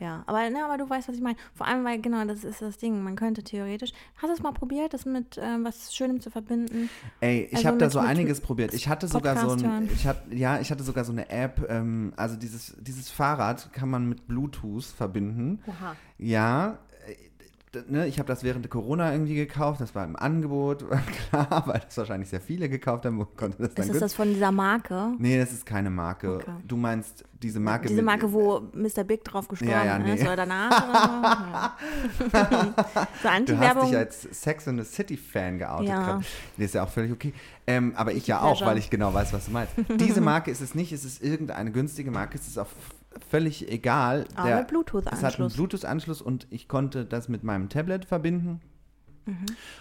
S1: Ja, aber, ne, aber du weißt, was ich meine. Vor allem, weil genau, das ist das Ding. Man könnte theoretisch. Hast du es mal probiert, das mit ähm, was Schönem zu verbinden?
S2: Ey, ich
S1: Also
S2: habe da
S1: mit-
S2: so
S1: mit-
S2: einiges probiert. Ich hatte sogar so
S1: Podcast hören.
S2: ein, ich hatte, ja, ich hatte sogar so eine App. Ähm, also dieses, dieses Fahrrad kann man mit Bluetooth verbinden.
S1: Oha.
S2: Ja, äh, d- ne, ich habe das während der Corona irgendwie gekauft. Das war im Angebot, <laughs> war klar, weil das wahrscheinlich sehr viele gekauft haben. und Konnte das dann
S1: Ist das
S2: günst-
S1: das von dieser Marke?
S2: Nee, das ist keine Marke.
S1: Okay.
S2: Du meinst diese Marke?
S1: Diese
S2: mit-
S1: Marke, wo Mr. Big drauf gestorben
S2: Ja, ja, nee.
S1: ist oder danach oder so.
S2: <laughs>
S1: Ja. <laughs> so
S2: Du hast
S1: Anti-Werbung.
S2: dich halt- als Sex and the City Fan geoutet.
S1: Ja.
S2: Ja. Nee, ist ja auch völlig okay. Ähm, aber ich ja auch,
S1: Pleasure.
S2: weil ich genau weiß, was du meinst.
S1: <laughs>
S2: Diese Marke ist es nicht, es ist irgendeine günstige Marke, es ist auch f- völlig egal.
S1: Aber mit Bluetooth-Anschluss.
S2: Es hat einen Bluetooth-Anschluss und ich konnte das mit meinem Tablet verbinden.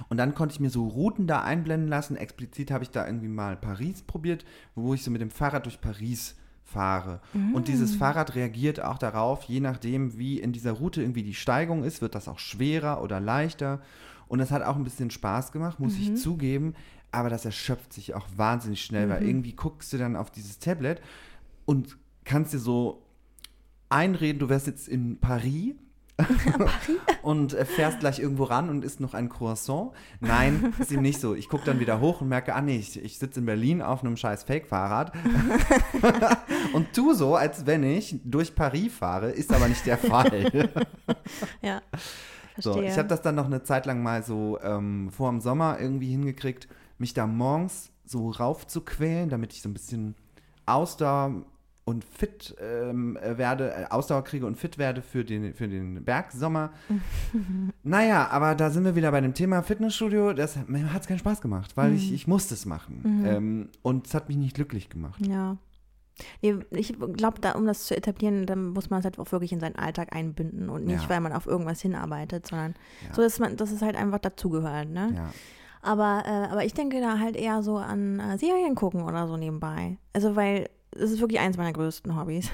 S2: Und dann konnte ich mir so Routen da einblenden lassen. Explizit habe ich da irgendwie mal Paris probiert, wo ich so mit dem Fahrrad durch Paris fahre. Und dieses Fahrrad reagiert auch darauf, je nachdem, wie in dieser Route irgendwie die Steigung ist, wird das auch schwerer oder leichter. Und das hat auch ein bisschen Spaß gemacht, muss ich zugeben. Aber das erschöpft sich auch wahnsinnig schnell, weil irgendwie guckst du dann auf dieses Tablet und kannst dir so einreden, du wärst jetzt in Paris. und äh, fährst gleich irgendwo ran und isst noch ein Croissant. Nein, ist ihm nicht so. Ich gucke dann wieder hoch und merke, ah nee, ich, ich sitze in Berlin auf einem scheiß Fake-Fahrrad <laughs> und tu so, als wenn ich durch Paris fahre, ist aber nicht der Fall.
S1: Ja.
S2: so, ich habe das dann noch eine Zeit lang mal so ähm, vor dem Sommer irgendwie hingekriegt, mich da morgens so rauf zu quälen, damit ich so ein bisschen Ausdauer und fit ähm, äh, werde, äh, Ausdauer kriege und fit werde für den, für den
S1: <laughs>
S2: Bergsommer. naja, aber da sind wir wieder bei dem Thema Fitnessstudio. Das hat es keinen Spaß gemacht, weil
S1: Mhm.
S2: ich, ich musste es machen. Ähm, und es hat mich nicht glücklich gemacht.
S1: Ja. Nee, ich glaube, da, um das zu etablieren, dann muss man es halt auch wirklich in seinen Alltag einbinden und nicht,
S2: Ja.
S1: weil man auf irgendwas hinarbeitet, sondern
S2: Ja.
S1: so, dass man, dass es halt einfach dazugehört, ne?
S2: Ja.
S1: Aber, äh, aber ich denke da halt eher so an äh, Serien gucken oder so nebenbei. Also, weil es ist wirklich eins meiner größten Hobbys.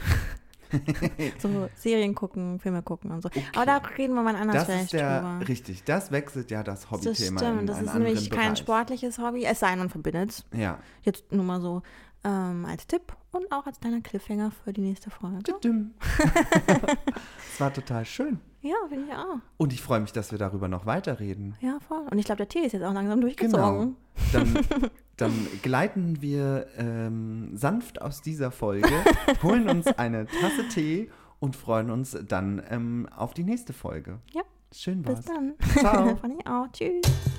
S1: <laughs> so Serien gucken, Filme gucken und so. Aber da reden wir mal anders
S2: Das ist
S1: vielleicht
S2: der,
S1: drüber.
S2: richtig, das wechselt ja das
S1: Das
S2: Hobbythema. in
S1: stimmt, das
S2: einen
S1: ist
S2: anderen
S1: nämlich kein
S2: Bereich.
S1: sportliches Hobby, es sei denn, man verbindet es.
S2: Ja.
S1: Jetzt nur mal so ähm, als Tipp und auch als kleiner Cliffhanger für die nächste
S2: Genau.
S1: Folge.
S2: Es war total schön.
S1: Ja, finde ich auch.
S2: Und ich freue mich, dass wir darüber noch weiterreden.
S1: Ja, voll. Und ich glaube, der Tee ist jetzt auch langsam durchgezogen.
S2: Genau. Dann, dann gleiten wir ähm, sanft aus dieser Folge, holen uns eine Tasse Tee und freuen uns dann ähm, auf die nächste Folge.
S1: Ja,
S2: Schön
S1: bis
S2: war's.
S1: dann. <laughs>
S2: Ciao.
S1: Fand ich auch. Tschüss.